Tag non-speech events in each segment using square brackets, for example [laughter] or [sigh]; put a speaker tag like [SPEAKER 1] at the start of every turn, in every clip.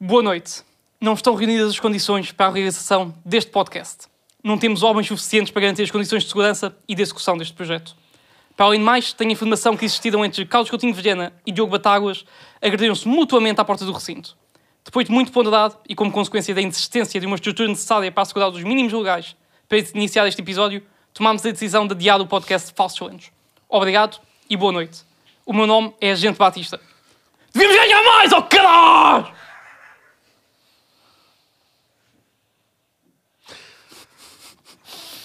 [SPEAKER 1] Boa noite. Não estão reunidas as condições para a realização deste podcast. Não temos homens suficientes para garantir as condições de segurança e de execução deste projeto. Para além de mais, tenho a informação que existiram entre Carlos Coutinho Vergena e Diogo Batáguas agrediram-se mutuamente à porta do recinto. Depois de muito ponderado e como consequência da insistência de uma estrutura necessária para assegurar os mínimos legais para iniciar este episódio, tomámos a decisão de adiar o podcast de Falsos Sonhos. Obrigado e boa noite. O meu nome é Agente Batista. Devíamos ganhar mais, oh caralho!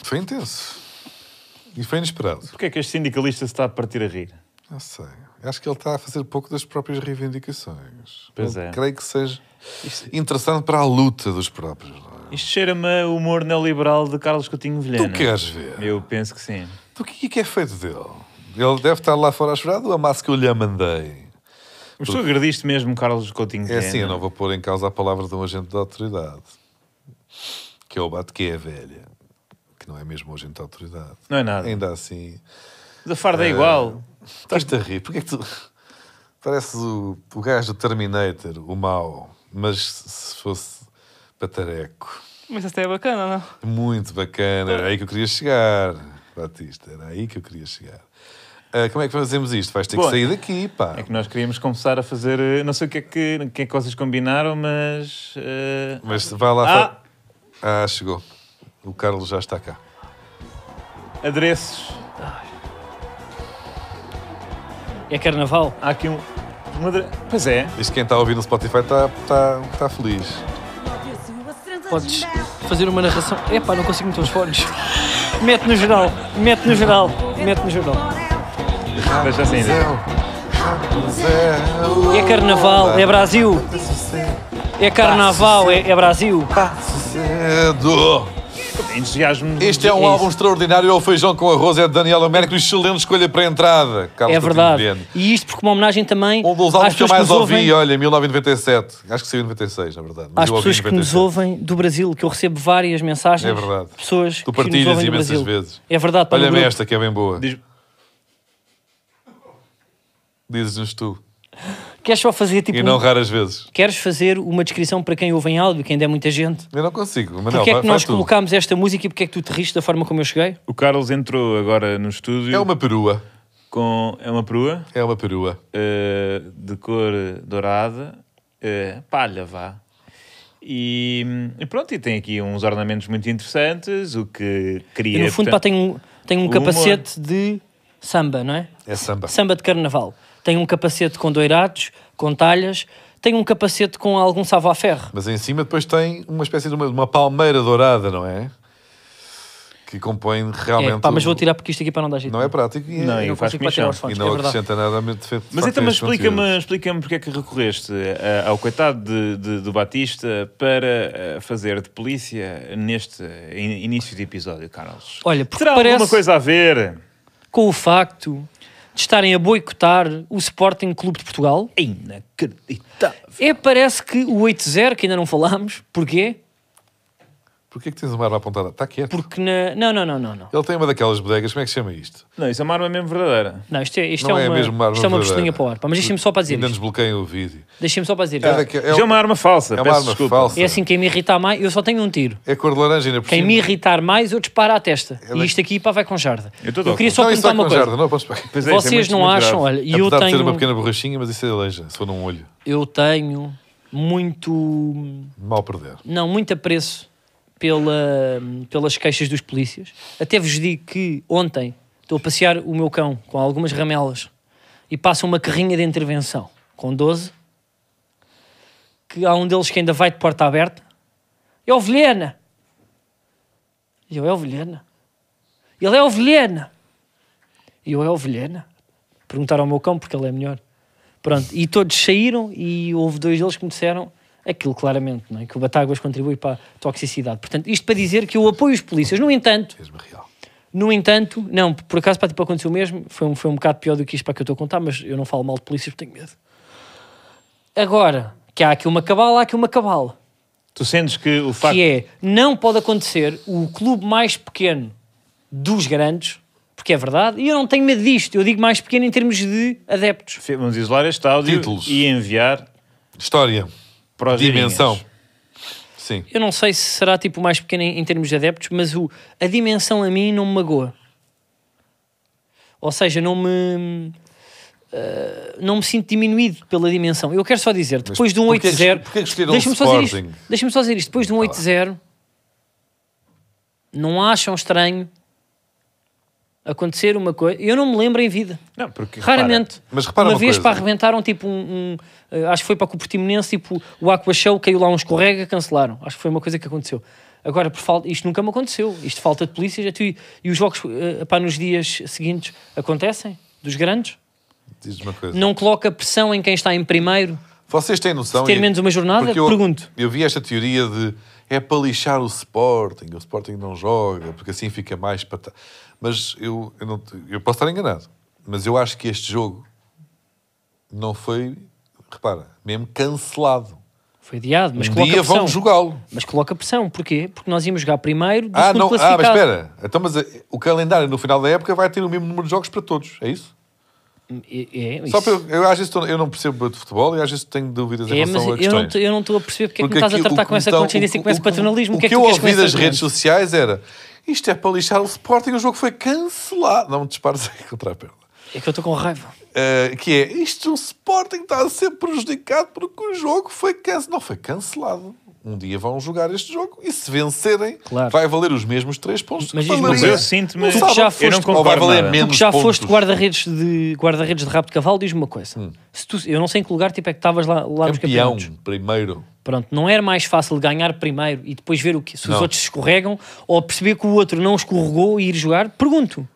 [SPEAKER 2] Foi intenso. E foi inesperado.
[SPEAKER 3] Porquê é que este sindicalista se está a partir a rir?
[SPEAKER 2] Não sei. Acho que ele está a fazer pouco das próprias reivindicações.
[SPEAKER 3] Pois
[SPEAKER 2] Não
[SPEAKER 3] é.
[SPEAKER 2] Creio que seja interessante para a luta dos próprios. não é?
[SPEAKER 3] Isto cheira-me a humor neoliberal de Carlos Coutinho Vilhena.
[SPEAKER 2] Tu queres ver?
[SPEAKER 3] Eu penso que sim.
[SPEAKER 2] O que é que é feito dele? Ele deve estar lá fora a chorar do amasso que eu lhe mandei.
[SPEAKER 3] Mas tu agrediste mesmo Carlos Coutinho
[SPEAKER 2] É
[SPEAKER 3] Vilhena.
[SPEAKER 2] assim, eu não vou pôr em causa a palavra de um agente da autoridade. Que é o bate que é a velha. Que não é mesmo um agente da autoridade.
[SPEAKER 3] Não é nada.
[SPEAKER 2] Ainda assim.
[SPEAKER 3] Mas a farda
[SPEAKER 2] Eh,
[SPEAKER 3] é igual.
[SPEAKER 2] Estás-te a rir? Porquê é que tu. [laughs] Pareces o, o gajo do Terminator, o mau, mas se fosse patareco.
[SPEAKER 1] Mas esta é bacana, não?
[SPEAKER 2] Muito bacana, era aí que eu queria chegar, Batista, era aí que eu queria chegar. Ah, como é que fazemos isto? Vais ter que
[SPEAKER 3] Bom,
[SPEAKER 2] sair daqui, pá.
[SPEAKER 3] É que nós queríamos começar a fazer... eh, Não sei o que é que, o que, é que vocês combinaram, mas... eh,
[SPEAKER 2] Mas vai lá.
[SPEAKER 3] Ah!
[SPEAKER 2] fa- Ah, chegou. O Carlos já está cá.
[SPEAKER 3] Adereços.
[SPEAKER 4] É carnaval?
[SPEAKER 3] Há aqui um... um adere- Pois é.
[SPEAKER 2] Isto quem está a ouvir no Spotify está tá, tá feliz.
[SPEAKER 4] Podes fazer uma narração. Epá, não consigo meter os fones. Mete no geral, mete no geral, mete no geral.
[SPEAKER 3] Deixa assim. deixa.
[SPEAKER 4] É carnaval, é Brasil, é carnaval, é, é Brasil.
[SPEAKER 2] Cedo.
[SPEAKER 3] Entusiasmo.
[SPEAKER 2] Este é um
[SPEAKER 4] Isso.
[SPEAKER 2] álbum extraordinário. É o Feijão com Arroz, é de Daniela Mercury. Excelente escolha para a entrada. Carlos
[SPEAKER 4] É
[SPEAKER 2] Coutinho
[SPEAKER 4] verdade.
[SPEAKER 2] Vilhena.
[SPEAKER 4] E isto porque uma homenagem também
[SPEAKER 2] Um dos
[SPEAKER 4] às
[SPEAKER 2] álbuns que eu
[SPEAKER 4] pessoas que
[SPEAKER 2] mais
[SPEAKER 4] nos
[SPEAKER 2] ouvi,
[SPEAKER 4] ouvem,
[SPEAKER 2] olha, 1997. Acho que saiu em 96, na verdade. Mas
[SPEAKER 4] às
[SPEAKER 2] eu ouvi em
[SPEAKER 4] pessoas que nos
[SPEAKER 2] 97.
[SPEAKER 4] ouvem do Brasil, que eu recebo várias mensagens.
[SPEAKER 2] É verdade.
[SPEAKER 4] Pessoas
[SPEAKER 2] Tu
[SPEAKER 4] que nos
[SPEAKER 2] partilhas
[SPEAKER 4] ouvem do
[SPEAKER 2] imensas
[SPEAKER 4] Brasil.
[SPEAKER 2] vezes.
[SPEAKER 4] É verdade, para
[SPEAKER 2] Olha-me esta que é bem boa.
[SPEAKER 3] Diz-
[SPEAKER 2] Dizes-nos tu.
[SPEAKER 4] Queres só fazer tipo.
[SPEAKER 2] E
[SPEAKER 4] um-
[SPEAKER 2] não raras vezes.
[SPEAKER 4] Queres fazer uma descrição para quem ouve em áudio, que ainda é muita gente?
[SPEAKER 2] Eu não consigo. Mas não,
[SPEAKER 4] Porquê é
[SPEAKER 2] vai-
[SPEAKER 4] que nós
[SPEAKER 2] faz tu.
[SPEAKER 4] colocámos esta música e porque é que tu te riste da forma como eu cheguei?
[SPEAKER 3] O Carlos entrou agora no estúdio
[SPEAKER 2] É uma perua.
[SPEAKER 3] com... É uma perua.
[SPEAKER 2] É uma perua.
[SPEAKER 3] uh, de cor dourada, uh, palha, vá. E, e pronto, e tem aqui uns ornamentos muito interessantes, o que cria...
[SPEAKER 4] E no fundo, pá,
[SPEAKER 3] portanto,
[SPEAKER 4] tem um, tem um
[SPEAKER 3] o
[SPEAKER 4] capacete de samba, não é?
[SPEAKER 2] É samba.
[SPEAKER 4] Samba de carnaval. Tem um capacete com doirados, com talhas, tem um capacete com algum salva-ferro.
[SPEAKER 2] Mas em cima depois tem uma espécie de uma, uma palmeira dourada, não é? Que compõe realmente...
[SPEAKER 4] É, pá, mas
[SPEAKER 2] o-
[SPEAKER 4] vou tirar porque isto aqui para não dar jeito.
[SPEAKER 2] Não é prático e, é-
[SPEAKER 3] Não,
[SPEAKER 4] Eu
[SPEAKER 3] e
[SPEAKER 4] não
[SPEAKER 3] faz
[SPEAKER 4] consigo para tirar
[SPEAKER 3] comichão.
[SPEAKER 4] os
[SPEAKER 2] e
[SPEAKER 4] fones, é
[SPEAKER 2] não
[SPEAKER 4] verdade.
[SPEAKER 2] acrescenta nada. a me- de facto,
[SPEAKER 3] Mas então,
[SPEAKER 2] a
[SPEAKER 3] mas
[SPEAKER 2] este conteúdo.
[SPEAKER 3] explica-me explica porque é que recorreste eh, ao coitado de, de- do Batista para eh, fazer de polícia neste in- início de episódio, Carlos.
[SPEAKER 4] Olha, porque
[SPEAKER 3] Terá alguma
[SPEAKER 4] parece
[SPEAKER 3] coisa a ver?
[SPEAKER 4] com o facto de estarem a boicotar o Sporting Clube de Portugal.
[SPEAKER 3] É inacreditável.
[SPEAKER 4] É, parece que o 8-0, que ainda não falámos, porquê?
[SPEAKER 2] Porquê que tens uma arma apontada? Está quieto.
[SPEAKER 4] Porque na... Não, não, não, não, não.
[SPEAKER 2] Ele tem uma daquelas bodegas. Como é que se chama isto?
[SPEAKER 3] Não, isso é uma arma mesmo verdadeira.
[SPEAKER 4] Não, isto é, isto
[SPEAKER 2] Não
[SPEAKER 4] é,
[SPEAKER 2] é
[SPEAKER 4] uma,
[SPEAKER 2] mesmo uma arma
[SPEAKER 4] isto é uma
[SPEAKER 2] verdadeira.
[SPEAKER 4] pistolinha para o ar. pá, Mas deixem-me só para dizer
[SPEAKER 2] Ainda nos
[SPEAKER 4] isto.
[SPEAKER 2] bloqueiam o vídeo.
[SPEAKER 4] Deixem-me só para dizer
[SPEAKER 2] É,
[SPEAKER 4] isto.
[SPEAKER 2] daque- é-
[SPEAKER 3] Já é uma arma falsa,
[SPEAKER 2] é uma
[SPEAKER 3] peço
[SPEAKER 2] arma
[SPEAKER 3] desculpa.
[SPEAKER 2] falsa.
[SPEAKER 4] É assim, quem me irritar mais, eu só tenho um tiro.
[SPEAKER 2] é cor de laranja ainda por
[SPEAKER 4] Quem
[SPEAKER 2] cima.
[SPEAKER 4] me irritar mais, eu disparo à testa.
[SPEAKER 2] da-
[SPEAKER 4] E isto aqui pá, vai com jarda.
[SPEAKER 3] Eu
[SPEAKER 4] Eu,
[SPEAKER 3] tô de acordo.
[SPEAKER 4] queria só
[SPEAKER 2] não, isso está
[SPEAKER 4] perguntar uma
[SPEAKER 2] com
[SPEAKER 4] coisa.
[SPEAKER 2] jarda. Não, posso pegar.
[SPEAKER 3] Pois é, isso é
[SPEAKER 4] Vocês
[SPEAKER 3] muito,
[SPEAKER 4] não
[SPEAKER 3] muito
[SPEAKER 4] acham,
[SPEAKER 3] grave.
[SPEAKER 4] olha, e eu
[SPEAKER 2] Apesar de ser uma
[SPEAKER 4] tenho,
[SPEAKER 2] pequena borrachinha, mas isso é aleija. Se for num olho,
[SPEAKER 4] eu tenho muito,
[SPEAKER 2] mal perder.
[SPEAKER 4] não, muito apreço pela, pelas queixas dos polícias. Até vos digo que ontem estou a passear o meu cão com algumas ramelas e passa uma carrinha de intervenção com 12, que há um deles que ainda vai de porta aberta. É ovelhena! E eu, é ovelhena? Ele é ovelhena! E eu, é ovelhena? Perguntaram ao meu cão porque ele é melhor. Pronto, e todos saíram e houve dois deles que me disseram aquilo claramente, não é? que o Batáguas contribui para a toxicidade. Portanto, isto para dizer que eu apoio os polícias. No entanto,
[SPEAKER 2] Mesmo real.
[SPEAKER 4] no entanto, não, por acaso para tipo, aconteceu o mesmo, foi um, foi um bocado pior do que isto para que eu estou a contar, mas eu não falo mal de polícias porque tenho medo. Agora, que há aqui uma cabala, há aqui uma cabala,
[SPEAKER 3] Tu sentes que o facto...
[SPEAKER 4] que é, não pode acontecer o clube mais pequeno dos grandes, porque é verdade, e eu não tenho medo disto, eu digo mais pequeno em termos de adeptos.
[SPEAKER 3] Vamos isolar este áudio
[SPEAKER 2] Títulos.
[SPEAKER 3] e enviar
[SPEAKER 2] História.
[SPEAKER 3] para os
[SPEAKER 2] Dimensão.
[SPEAKER 3] girinhas.
[SPEAKER 2] Sim.
[SPEAKER 4] Eu não sei se será tipo o mais pequeno em, em termos de adeptos, mas o, a dimensão a mim não me magoa. Ou seja, não me. eh, não me sinto diminuído pela dimensão. Eu quero só dizer, depois de um
[SPEAKER 2] porquê que-
[SPEAKER 4] 8-0.
[SPEAKER 2] porquê que escolheram o
[SPEAKER 4] Deixa-me só, dizer isto,
[SPEAKER 2] Sporting?
[SPEAKER 4] deixa-me só dizer isto. Depois de um 8-0, não acham estranho acontecer uma coisa. Eu não me lembro em vida.
[SPEAKER 3] Não, porque, repara,
[SPEAKER 4] Raramente.
[SPEAKER 2] mas repara
[SPEAKER 4] uma,
[SPEAKER 2] uma
[SPEAKER 4] vez
[SPEAKER 2] coisa.
[SPEAKER 4] para arrebentaram tipo um, um, eh, acho que foi para o Portimonense, tipo o Aqua Show caiu lá um escorrega, cancelaram. Acho que foi uma coisa que aconteceu. Agora, por falta, isto nunca me aconteceu. Isto falta de polícias é tu- e, os jogos eh, pá, nos dias seguintes acontecem dos grandes.
[SPEAKER 2] Diz-me uma coisa.
[SPEAKER 4] Não coloca pressão em quem está em primeiro.
[SPEAKER 2] Vocês têm noção.
[SPEAKER 4] Se ter
[SPEAKER 2] e-
[SPEAKER 4] menos uma jornada,
[SPEAKER 2] porque eu,
[SPEAKER 4] pergunto.
[SPEAKER 2] Eu vi esta teoria de é para lixar o Sporting, o Sporting não joga, porque assim fica mais para. ta- Mas eu, eu, não, eu posso estar enganado, mas eu acho que este jogo não foi, repara, mesmo cancelado.
[SPEAKER 4] Foi adiado, mas
[SPEAKER 2] Um
[SPEAKER 4] coloca
[SPEAKER 2] dia
[SPEAKER 4] pressão.
[SPEAKER 2] vão jogá-lo.
[SPEAKER 4] Mas coloca pressão, porquê? Porque nós íamos jogar primeiro, do
[SPEAKER 2] Ah,
[SPEAKER 4] segundo
[SPEAKER 2] não, ah,
[SPEAKER 4] classificado.
[SPEAKER 2] mas espera. Então, mas eh, o calendário no final da época vai ter o mesmo número de jogos para todos, é isso?
[SPEAKER 4] É, é,
[SPEAKER 2] Só
[SPEAKER 4] isso.
[SPEAKER 2] para eu, eu às vezes tô- eu não percebo de futebol e às vezes tenho dúvidas em
[SPEAKER 4] É, mas
[SPEAKER 2] relação a
[SPEAKER 4] eu
[SPEAKER 2] questões.
[SPEAKER 4] não, tô- eu não estou a perceber porque é que me
[SPEAKER 2] Porque
[SPEAKER 4] estás a
[SPEAKER 2] aqui-
[SPEAKER 4] tratar
[SPEAKER 2] o que
[SPEAKER 4] com essa
[SPEAKER 2] então-
[SPEAKER 4] condescendência e
[SPEAKER 2] o-
[SPEAKER 4] com esse
[SPEAKER 2] o que-
[SPEAKER 4] paternalismo.
[SPEAKER 2] O que,
[SPEAKER 4] é que
[SPEAKER 2] eu
[SPEAKER 4] tu queres com
[SPEAKER 2] ouvi
[SPEAKER 4] essa
[SPEAKER 2] das redes
[SPEAKER 4] argumento?
[SPEAKER 2] sociais era isto é para lixar o Sporting, o jogo foi cancelado. Não me dispares aí contra a perna.
[SPEAKER 4] É que eu estou com raiva.
[SPEAKER 2] Eh, que é isto, o Sporting está a ser prejudicado porque o jogo foi cancelado. Não foi cancelado. Um dia vão jogar este jogo e se vencerem,
[SPEAKER 4] Claro.
[SPEAKER 2] vai valer os mesmos três pontos.
[SPEAKER 4] Mas
[SPEAKER 2] que
[SPEAKER 4] diz-me
[SPEAKER 2] valeria
[SPEAKER 4] uma
[SPEAKER 3] Eu
[SPEAKER 4] coisa.
[SPEAKER 3] sinto-me.
[SPEAKER 2] no
[SPEAKER 4] Tu que
[SPEAKER 2] sábado.
[SPEAKER 4] já
[SPEAKER 3] eu não
[SPEAKER 4] foste-
[SPEAKER 2] Ou vai
[SPEAKER 3] concordo
[SPEAKER 2] valer
[SPEAKER 3] nada.
[SPEAKER 2] menos
[SPEAKER 4] Tu que já
[SPEAKER 2] pontos. Hum.
[SPEAKER 4] foste guarda-redes de, guarda de rabo de cavalo, diz-me uma coisa. Se tu, eu não sei em que lugar tipo, é que estavas lá, lá nos
[SPEAKER 2] Campeão,
[SPEAKER 4] campeonatos.
[SPEAKER 2] primeiro.
[SPEAKER 4] Pronto, não era mais fácil ganhar primeiro e depois ver o que, se os
[SPEAKER 2] Não.
[SPEAKER 4] outros se escorregam ou perceber que o outro não escorregou e ir jogar? Pergunto.